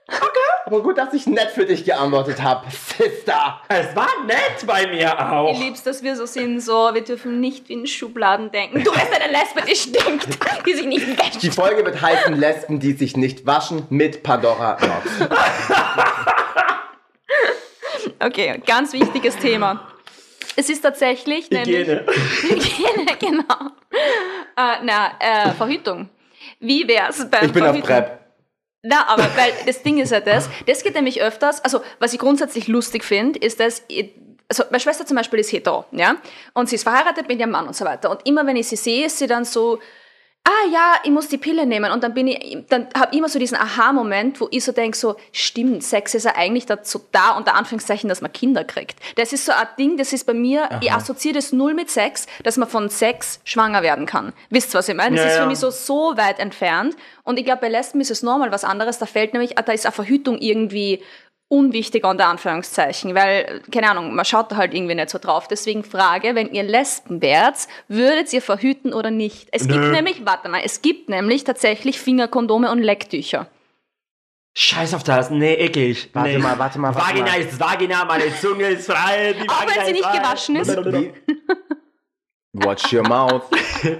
[SPEAKER 1] Okay. Aber gut, dass ich nett für dich geantwortet habe, Sister.
[SPEAKER 3] Es war nett bei mir auch.
[SPEAKER 2] Ich lieb's, dass wir so sind, so, wir dürfen nicht in Schubladen denken. Du bist eine Lesbe,
[SPEAKER 1] [LAUGHS]
[SPEAKER 2] die stinkt, die sich nicht wäscht.
[SPEAKER 1] Die Folge wird heißen Lesben, die sich nicht waschen mit Pandora Knox.
[SPEAKER 2] Okay, ganz wichtiges Thema. Es ist tatsächlich nämlich...
[SPEAKER 3] Hygiene.
[SPEAKER 2] [LAUGHS] Hygiene, genau. Äh, na, äh, Verhütung. Wie wär's beim
[SPEAKER 1] Ich bin auf
[SPEAKER 2] Verhütung?
[SPEAKER 1] Prep.
[SPEAKER 2] Na, aber weil das Ding ist ja das, das geht nämlich öfters, also was ich grundsätzlich lustig finde, ist, dass, ich, also meine Schwester zum Beispiel ist hetero, ja, und sie ist verheiratet mit ihrem Mann und so weiter. Und immer wenn ich sie sehe, ist sie dann so, ah ja, ich muss die Pille nehmen. Und dann bin ich, dann habe ich immer so diesen Aha-Moment, wo ich so denke, so, stimmt, Sex ist ja eigentlich dazu da, unter Anführungszeichen, dass man Kinder kriegt. Das ist so ein Ding, das ist bei mir, ich assoziiere das null mit Sex, dass man von Sex schwanger werden kann. Wisst ihr, was ich meine? Das
[SPEAKER 3] Ja,
[SPEAKER 2] ist für
[SPEAKER 3] ja.
[SPEAKER 2] mich so, so weit entfernt. Und ich glaube, bei Lesben ist es normal was anderes. Da fällt nämlich, ah, da ist eine Verhütung irgendwie unwichtiger unter Anführungszeichen, weil, keine Ahnung, man schaut da halt irgendwie nicht so drauf. Deswegen Frage, wenn ihr Lesben wärt, würdet ihr verhüten oder nicht? Es gibt
[SPEAKER 3] Nö.
[SPEAKER 2] nämlich, warte mal, es gibt nämlich tatsächlich Fingerkondome und Lecktücher.
[SPEAKER 3] Scheiß auf das. Nee, eklig.
[SPEAKER 1] Warte
[SPEAKER 3] nee.
[SPEAKER 1] mal, warte mal, warte
[SPEAKER 3] Vagina
[SPEAKER 1] mal.
[SPEAKER 3] ist Vagina, meine Zunge ist frei. die
[SPEAKER 2] Auch wenn
[SPEAKER 3] Vagina
[SPEAKER 2] sie
[SPEAKER 3] ist
[SPEAKER 2] nicht
[SPEAKER 3] frei.
[SPEAKER 2] gewaschen ist.
[SPEAKER 1] Wie? Watch your mouth.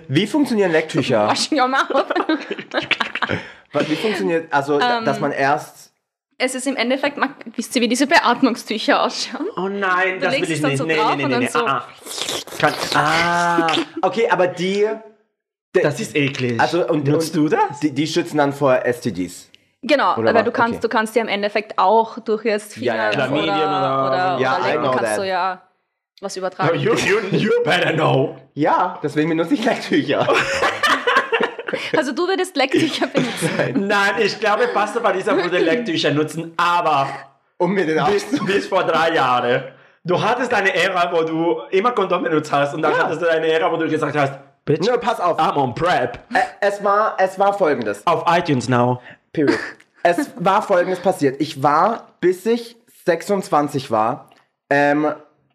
[SPEAKER 1] Wie funktionieren Lecktücher?
[SPEAKER 2] Waschen your mouth.
[SPEAKER 1] Wie funktioniert, also, dass man erst.
[SPEAKER 2] Es ist im Endeffekt, man, wisst ihr, wie diese Beatmungstücher ausschauen?
[SPEAKER 3] Oh nein,
[SPEAKER 2] Du
[SPEAKER 3] das
[SPEAKER 2] legst
[SPEAKER 3] will ich
[SPEAKER 2] es dann
[SPEAKER 3] nicht.
[SPEAKER 2] so
[SPEAKER 3] nee,
[SPEAKER 2] drauf
[SPEAKER 3] nee,
[SPEAKER 2] und
[SPEAKER 3] nee,
[SPEAKER 2] dann
[SPEAKER 3] nee.
[SPEAKER 2] so-
[SPEAKER 3] Ah, ah. Kann, ah,
[SPEAKER 1] Okay, aber die.
[SPEAKER 3] das ist eklig.
[SPEAKER 1] Also, und,
[SPEAKER 3] nutzt du
[SPEAKER 1] und
[SPEAKER 3] das?
[SPEAKER 1] die, die schützen dann vor STDs.
[SPEAKER 2] Genau,
[SPEAKER 1] Oder
[SPEAKER 2] aber
[SPEAKER 1] was?
[SPEAKER 2] du kannst,
[SPEAKER 1] Okay.
[SPEAKER 2] du kannst ja im Endeffekt auch durch jetzt Finger
[SPEAKER 1] Ja, ja, ja.
[SPEAKER 2] oder,
[SPEAKER 3] Chlamydien oder-
[SPEAKER 2] oder,
[SPEAKER 1] Ja,
[SPEAKER 2] oder
[SPEAKER 1] I
[SPEAKER 2] Lecken
[SPEAKER 1] know
[SPEAKER 2] kannst
[SPEAKER 1] that.
[SPEAKER 2] du ja was
[SPEAKER 3] Oh,
[SPEAKER 2] übertragen.
[SPEAKER 3] You, you, you better know.
[SPEAKER 1] Ja, deswegen benutze ich Lecktücher.
[SPEAKER 2] Also du würdest Lecktücher benutzen.
[SPEAKER 3] Nein, ich glaube,
[SPEAKER 2] [LAUGHS]
[SPEAKER 3] Pastor Marisa würde Lecktücher nutzen, aber
[SPEAKER 1] Um mir den
[SPEAKER 3] bis,
[SPEAKER 1] Abstand.
[SPEAKER 3] bis vor drei Jahren. Du hattest eine Ära, wo du immer Kondom benutzt hast und dann hattest du eine Ära, wo du gesagt hast, Bitch, Äh.
[SPEAKER 1] Nö, pass auf.
[SPEAKER 3] I'm on Prep.
[SPEAKER 1] Ä- Es war, es war folgendes.
[SPEAKER 3] Auf iTunes now.
[SPEAKER 1] Period. es war folgendes passiert. Ich war, bis ich 26 war, ähm,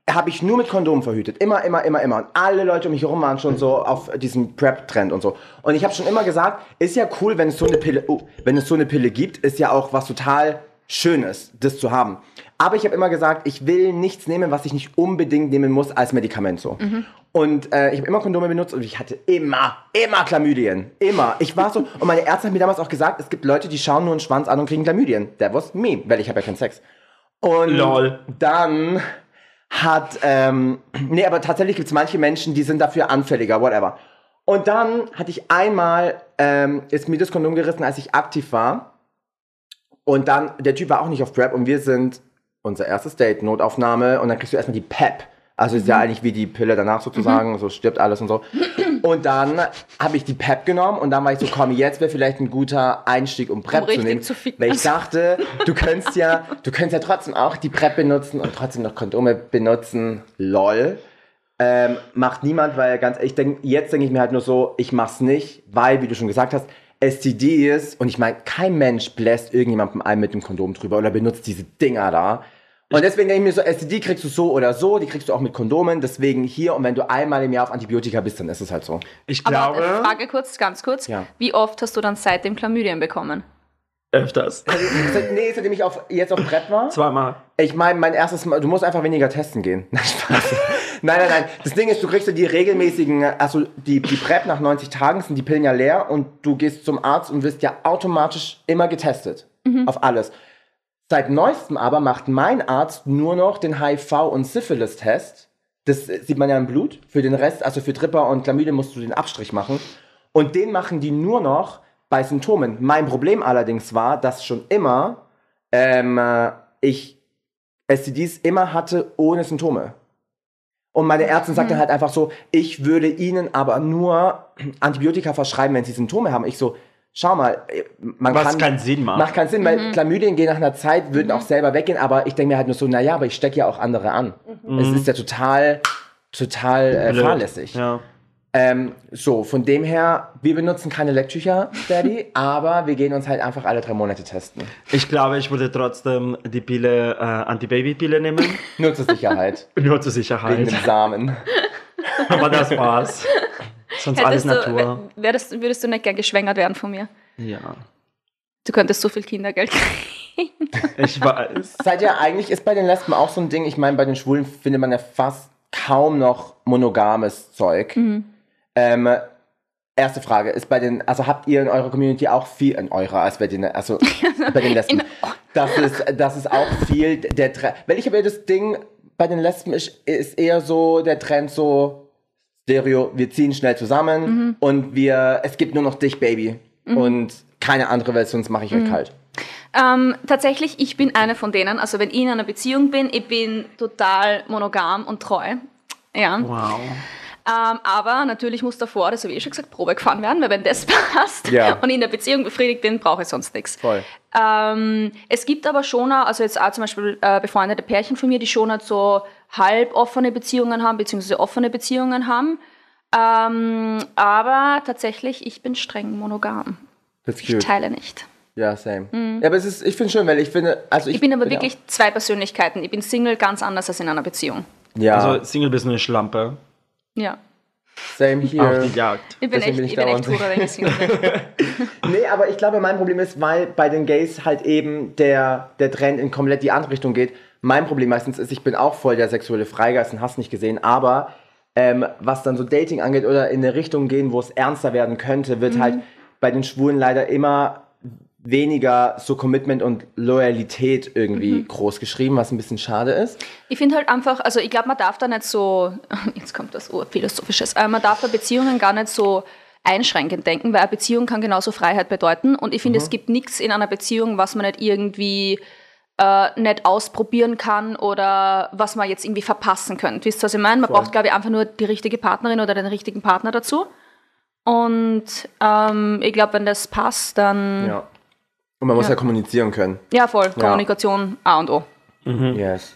[SPEAKER 1] habe ich nur mit Kondomen verhütet. Immer, immer, immer, immer. Und alle Leute um mich herum waren schon so auf diesem Prep-Trend und so. Und ich habe schon immer gesagt, ist ja cool, wenn es so eine Pille, oh, wenn es so eine Pille gibt, ist ja auch was total Schönes, das zu haben. Aber ich habe immer gesagt, ich will nichts nehmen, was ich nicht unbedingt nehmen muss als Medikament so. Und äh, ich habe immer Kondome benutzt und ich hatte immer, immer Chlamydien. Immer. Ich war so, und meine Ärzte haben mir damals auch gesagt, es gibt Leute, die schauen nur einen Schwanz an und kriegen Chlamydien. That was me, weil ich habe ja keinen Sex. Und
[SPEAKER 3] Lol.
[SPEAKER 1] dann hat, ähm, nee, aber tatsächlich gibt es manche Menschen, die sind dafür anfälliger, whatever. Und dann hatte ich einmal, ähm, ist mir das Kondom gerissen, als ich aktiv war. Und dann, der Typ war auch nicht auf Prep und wir sind unser erstes Date, Notaufnahme. Und dann kriegst du erstmal die PEP. Also ist
[SPEAKER 2] Mhm.
[SPEAKER 1] ja eigentlich wie die Pille danach sozusagen, so stirbt alles und so. Und dann habe ich die PEP genommen und dann war ich so, komm, jetzt wäre vielleicht ein guter Einstieg, um PrEP zu
[SPEAKER 2] richtig
[SPEAKER 1] nehmen.
[SPEAKER 2] zu ficken.
[SPEAKER 1] weil ich dachte, du könntest ja, du könntest ja trotzdem auch die PrEP benutzen und trotzdem noch Kondome benutzen. Lol. Ähm, macht niemand, weil ganz ehrlich, ich denk, jetzt denke ich mir halt nur so, ich mach's nicht, weil, wie du schon gesagt hast, STD ist, und ich meine, kein Mensch bläst irgendjemandem ein mit dem Kondom drüber oder benutzt diese Dinger da. Und deswegen denke ich mir so, STD kriegst du so oder so, die kriegst du auch mit Kondomen, deswegen hier, und wenn du einmal im Jahr auf Antibiotika bist, dann ist es halt so.
[SPEAKER 3] Ich
[SPEAKER 2] Aber
[SPEAKER 3] glaube,
[SPEAKER 2] äh, Frage kurz, ganz kurz.
[SPEAKER 1] Ja.
[SPEAKER 2] Wie oft hast du dann seitdem Chlamydien bekommen?
[SPEAKER 3] öfters.
[SPEAKER 1] Seit, nee, seitdem ich auf, jetzt auf Brett war,
[SPEAKER 3] Zweimal.
[SPEAKER 1] Ich meine, mein erstes Mal, du musst einfach weniger testen gehen. [LAUGHS] Nein, Spaß. nein, nein, nein. Das Ding ist, du kriegst ja die regelmäßigen, also die, die PrEP nach 90 Tagen sind die Pillen ja leer und du gehst zum Arzt und wirst ja automatisch immer getestet. Auf alles. Seit neuestem aber macht mein Arzt nur noch den HIV- und Syphilis-Test. Das äh, sieht man ja im Blut. Für den Rest, also für Tripper und Chlamydia musst du den Abstrich machen. Und den machen die nur noch bei Symptomen. Mein Problem allerdings war, dass schon immer ähm, äh, ich STDs immer hatte ohne Symptome. Und meine Ärztin sagt dann halt einfach so, ich würde ihnen aber nur Antibiotika verschreiben, wenn sie Symptome haben. Ich so, schau mal, äh, man
[SPEAKER 3] Was
[SPEAKER 1] kann...
[SPEAKER 3] keinen Sinn macht.
[SPEAKER 1] Macht keinen Sinn, weil Chlamydien gehen nach einer Zeit, würden auch selber weggehen, aber ich denke mir halt nur so, naja, aber ich stecke ja auch andere an. Es ist ja total, total äh,
[SPEAKER 3] Mhm. Blöd.
[SPEAKER 1] fahrlässig.
[SPEAKER 3] Ja.
[SPEAKER 1] Ähm, so, von dem her, wir benutzen keine Lecktücher, Daddy, aber wir gehen uns halt einfach alle drei Monate testen.
[SPEAKER 3] Ich glaube, ich würde trotzdem die Pille, äh, Antibaby-Pille nehmen. [LAUGHS]
[SPEAKER 1] Nur zur Sicherheit,
[SPEAKER 3] Nur zur
[SPEAKER 1] wegen
[SPEAKER 3] Sicherheit.
[SPEAKER 1] dem Samen.
[SPEAKER 3] Aber das [LAUGHS] war's. Sonst alles
[SPEAKER 2] Hättest du,
[SPEAKER 3] Natur.
[SPEAKER 2] wär- wärst, würdest du nicht gern geschwängert werden von mir?
[SPEAKER 3] Ja.
[SPEAKER 2] Du könntest so viel Kindergeld kriegen. [LAUGHS]
[SPEAKER 3] Ich weiß.
[SPEAKER 1] Seid ihr eigentlich, ist bei den Lesben auch so ein Ding, ich meine, bei den Schwulen findet man ja fast kaum noch monogames Zeug.
[SPEAKER 2] Mhm.
[SPEAKER 1] Ähm, erste Frage, ist bei den, also habt ihr in eurer Community auch viel, in eurer, als bei den,
[SPEAKER 2] [LAUGHS]
[SPEAKER 1] also bei den Lesben, das ist, das ist auch viel der Trend, weil ich habe ja das Ding, bei den Lesben ist, ist eher so der Trend so, Stereo, wir ziehen schnell zusammen
[SPEAKER 2] Mhm.
[SPEAKER 1] und wir, es gibt nur noch dich, Baby. Und keine andere Welt, sonst mache ich
[SPEAKER 2] Mhm.
[SPEAKER 1] euch kalt.
[SPEAKER 2] Ähm, tatsächlich, ich bin eine von denen. Also wenn ich in einer Beziehung bin, ich bin total monogam und treu. Ja.
[SPEAKER 3] [LAUGHS] Wow.
[SPEAKER 2] Ähm, aber natürlich muss davor, das habe ich eh schon gesagt, Probe gefahren werden, weil wenn das [LAUGHS] passt
[SPEAKER 1] Ja.
[SPEAKER 2] und ich in der Beziehung befriedigt bin, brauche ich sonst nichts.
[SPEAKER 1] Voll.
[SPEAKER 2] Ähm, es gibt aber schon, auch- also jetzt auch zum Beispiel äh, befreundete Pärchen von mir, die schon halt so halb offene Beziehungen haben, beziehungsweise offene Beziehungen haben. Ähm, aber tatsächlich, ich bin streng monogam.
[SPEAKER 1] That's
[SPEAKER 2] Ich teile nicht.
[SPEAKER 1] Ja, same. Ja, aber es ist, ich finde schön, weil ich finde, also ich,
[SPEAKER 2] Mhm. Ich bin aber
[SPEAKER 1] ja-
[SPEAKER 2] wirklich zwei Persönlichkeiten. Ich bin Single ganz anders als in einer Beziehung.
[SPEAKER 1] Ja,
[SPEAKER 3] Also Single bist nur eine Schlampe.
[SPEAKER 2] Ja.
[SPEAKER 1] same
[SPEAKER 3] Auf
[SPEAKER 1] here.
[SPEAKER 3] die Jagd.
[SPEAKER 2] Ich bin
[SPEAKER 1] Deswegen
[SPEAKER 2] echt,
[SPEAKER 1] bin ich
[SPEAKER 2] ich bin echt
[SPEAKER 1] dauernd-
[SPEAKER 2] Hure,
[SPEAKER 1] [LAUGHS]
[SPEAKER 2] wenn ich Single bin.
[SPEAKER 1] Nee, aber ich glaube, mein Problem ist, weil bei den Gays halt eben der, der Trend in komplett die andere Richtung geht. Mein Problem meistens ist, ich bin auch voll der sexuelle Freigeist und hast nicht gesehen, aber ähm, was dann so Dating angeht oder in eine Richtung gehen, wo es ernster werden könnte,
[SPEAKER 2] Mhm.
[SPEAKER 1] wird halt bei den Schwulen leider immer weniger so Commitment und Loyalität irgendwie
[SPEAKER 2] Mhm.
[SPEAKER 1] groß geschrieben, was ein bisschen schade ist.
[SPEAKER 2] Ich finde halt einfach, also ich glaube, man darf da nicht so, [LAUGHS] jetzt kommt das Urphilosophisches, äh, man darf da Beziehungen gar nicht so einschränkend denken, weil eine Beziehung kann genauso Freiheit bedeuten. Und ich finde, es gibt nichts in einer Beziehung, was man nicht irgendwie äh, nicht ausprobieren kann oder was man jetzt irgendwie verpassen könnte. Wisst ihr, was ich meine? Man braucht, glaube ich, einfach nur die richtige Partnerin oder den richtigen Partner dazu. Und ähm, ich glaube, wenn das passt, dann. Ja,
[SPEAKER 1] Ja. Und man muss ja, kommunizieren können.
[SPEAKER 2] voll. Kommunikation A und O.
[SPEAKER 3] Mhm.
[SPEAKER 1] Yes.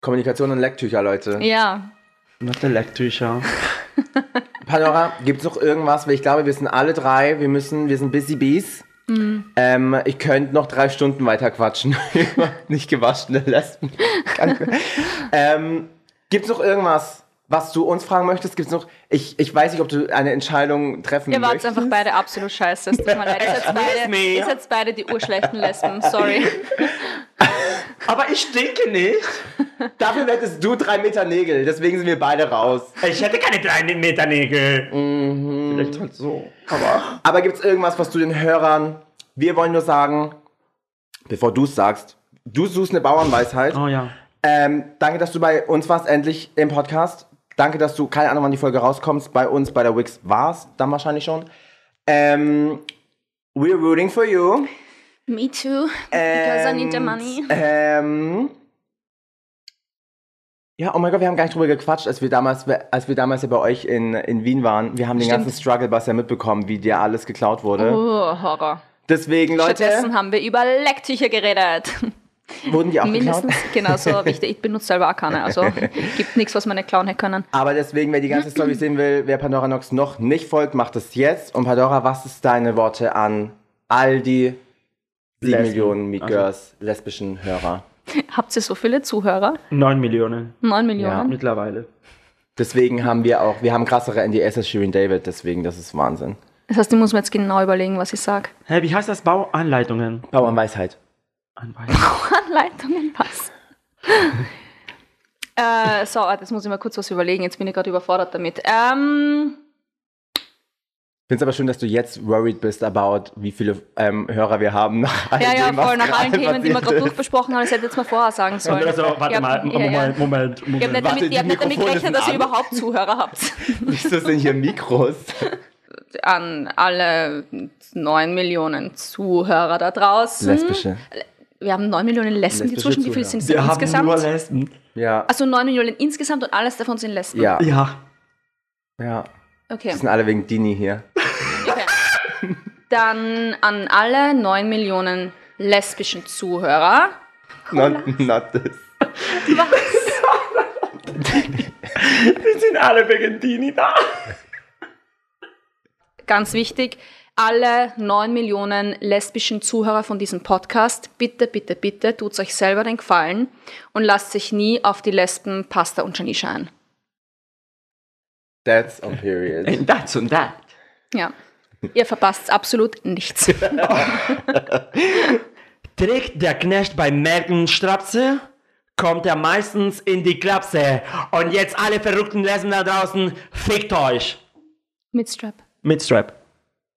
[SPEAKER 1] Kommunikation und Lecktücher, Leute.
[SPEAKER 2] Ja.
[SPEAKER 3] Not the Lecktücher.
[SPEAKER 1] Panora, gibt es noch irgendwas? Weil ich glaube, wir sind alle drei, wir müssen, wir sind busy bees. Ähm, ich könnte noch drei Stunden weiter quatschen [LAUGHS] über nicht gewaschene Lesben. Kann- ähm, gibt es noch irgendwas, was du uns fragen möchtest? Gibt es noch, ich, ich weiß nicht, ob du eine Entscheidung treffen
[SPEAKER 2] Ihr wart
[SPEAKER 1] möchtest.
[SPEAKER 2] einfach beide absolut scheiße. Es tut mir leid. Ihr
[SPEAKER 1] [LAUGHS]
[SPEAKER 2] seid beide,
[SPEAKER 3] me.
[SPEAKER 2] ihr seid beide die urschlechten Lesben. Sorry.
[SPEAKER 3] Aber ich denke nicht.
[SPEAKER 1] Dafür hättest du drei Meter Nägel, deswegen sind wir beide raus.
[SPEAKER 3] Ich hätte keine drei Meter Nägel. Vielleicht halt so. Aber.
[SPEAKER 1] Aber gibt es irgendwas, was du den Hörern, wir wollen nur sagen, bevor du es sagst, du suchst eine Bauernweisheit.
[SPEAKER 3] Oh ja.
[SPEAKER 1] Ähm, danke, dass du bei uns warst, endlich im Podcast. Danke, dass du, keine Ahnung, wann die Folge rauskommt, bei uns bei der Wix warst, dann wahrscheinlich schon. Ähm, we're rooting for you.
[SPEAKER 2] Me too. Because I need the
[SPEAKER 1] Ähm,
[SPEAKER 2] money.
[SPEAKER 1] Ähm, ja, oh mein Gott, wir haben gar nicht drüber gequatscht, als wir damals, als wir damals ja bei euch in, in Wien waren. Wir haben den
[SPEAKER 2] Stimmt.
[SPEAKER 1] ganzen Struggle, was ja mitbekommen, wie dir alles geklaut wurde.
[SPEAKER 2] Oh, Horror.
[SPEAKER 1] Deswegen,
[SPEAKER 2] Stattdessen
[SPEAKER 1] Leute,
[SPEAKER 2] haben wir über Lecktücher geredet.
[SPEAKER 1] wurden die auch geklaut.
[SPEAKER 2] [LAUGHS] Mindestens genauso wichtig. Ich benutze selber auch
[SPEAKER 1] [LAUGHS]
[SPEAKER 2] keine. Also gibt nichts, was man nicht klauen hätte können.
[SPEAKER 1] Aber deswegen, wer die ganze
[SPEAKER 2] [CLEARS THROAT]
[SPEAKER 1] Story sehen will, wer Pandora Nox noch nicht folgt, macht es jetzt. Und Pandora, was ist deine Worte an all die sieben
[SPEAKER 3] Lesben.
[SPEAKER 1] Millionen Meet
[SPEAKER 3] Ach so.
[SPEAKER 1] Girls lesbischen Hörer?
[SPEAKER 2] Habt ihr so viele Zuhörer?
[SPEAKER 3] 9 Millionen.
[SPEAKER 2] Neun Millionen?
[SPEAKER 3] Mittlerweile.
[SPEAKER 1] Deswegen haben wir auch, wir haben krassere NDS als Shirin David, deswegen, das ist Wahnsinn.
[SPEAKER 2] Das heißt, ich muss mir jetzt genau überlegen, was ich sage.
[SPEAKER 3] Hä, wie heißt das? Bauanleitungen.
[SPEAKER 1] Bauernweisheit.
[SPEAKER 3] Anweisungen.
[SPEAKER 2] [LAUGHS] Anleitungen,
[SPEAKER 1] [LAUGHS]
[SPEAKER 2] was? äh, so, warte, jetzt muss ich mal kurz was überlegen. Jetzt bin ich gerade überfordert damit. Ähm,
[SPEAKER 1] Ich finde es aber schön, dass du jetzt worried bist about, wie viele ähm, Hörer wir haben. Nach all
[SPEAKER 2] ja, ja,
[SPEAKER 1] dem, was
[SPEAKER 2] voll. Nach
[SPEAKER 1] [LAUGHS]
[SPEAKER 2] allen
[SPEAKER 1] gerade
[SPEAKER 2] Themen, die wir
[SPEAKER 1] passiert
[SPEAKER 2] gerade
[SPEAKER 1] ist.
[SPEAKER 2] durchbesprochen haben, das hätte ich jetzt mal vorher sagen sollen.
[SPEAKER 3] [LAUGHS] Also, warte
[SPEAKER 2] Ich hab-
[SPEAKER 3] mal.
[SPEAKER 2] ja, ja. Ich
[SPEAKER 3] Moment, Moment,
[SPEAKER 2] habe
[SPEAKER 3] Moment.
[SPEAKER 2] nicht
[SPEAKER 1] Warte,
[SPEAKER 2] damit, ich hab
[SPEAKER 1] die
[SPEAKER 2] nicht damit
[SPEAKER 1] Mikrofone sind
[SPEAKER 2] gerechnet, dass ihr
[SPEAKER 1] an.
[SPEAKER 2] überhaupt Zuhörer habt.
[SPEAKER 1] Wieso sind hier
[SPEAKER 2] [LAUGHS]
[SPEAKER 1] Mikros?
[SPEAKER 2] An alle neun Millionen Zuhörer da draußen.
[SPEAKER 1] Lesbische.
[SPEAKER 2] Wir haben neun Millionen Lesben
[SPEAKER 1] Lesbische
[SPEAKER 2] dazwischen. Wie viele
[SPEAKER 1] Zuhörer.
[SPEAKER 2] sind es
[SPEAKER 3] Wir haben nur
[SPEAKER 2] insgesamt?
[SPEAKER 3] Lesben.
[SPEAKER 1] Ja.
[SPEAKER 2] Also neun Millionen insgesamt und alles davon sind Lesben.
[SPEAKER 1] Ja.
[SPEAKER 3] Ja.
[SPEAKER 1] Ja.
[SPEAKER 2] Okay.
[SPEAKER 1] Die sind alle wegen Dini hier.
[SPEAKER 2] Okay. Dann an alle 9 Millionen lesbischen
[SPEAKER 3] [LAUGHS]
[SPEAKER 2] Zuhörer.
[SPEAKER 1] Not, not this.
[SPEAKER 3] Wir sind alle wegen Dini da.
[SPEAKER 2] Ganz wichtig, alle 9 Millionen lesbischen Zuhörer von diesem Podcast, bitte, bitte, bitte, tut euch selber den Gefallen und lasst sich nie auf die Lesben Pasta und Janisha ein.
[SPEAKER 1] That's on period.
[SPEAKER 3] And that's und that.
[SPEAKER 2] Ja. Ihr verpasst absolut nichts.
[SPEAKER 3] Trägt der Knecht bei Merkenstrapse, kommt er meistens in die Klapse. Und jetzt alle verrückten Lesben da draußen, fickt euch.
[SPEAKER 2] Mit Strap.
[SPEAKER 3] Mit Strap.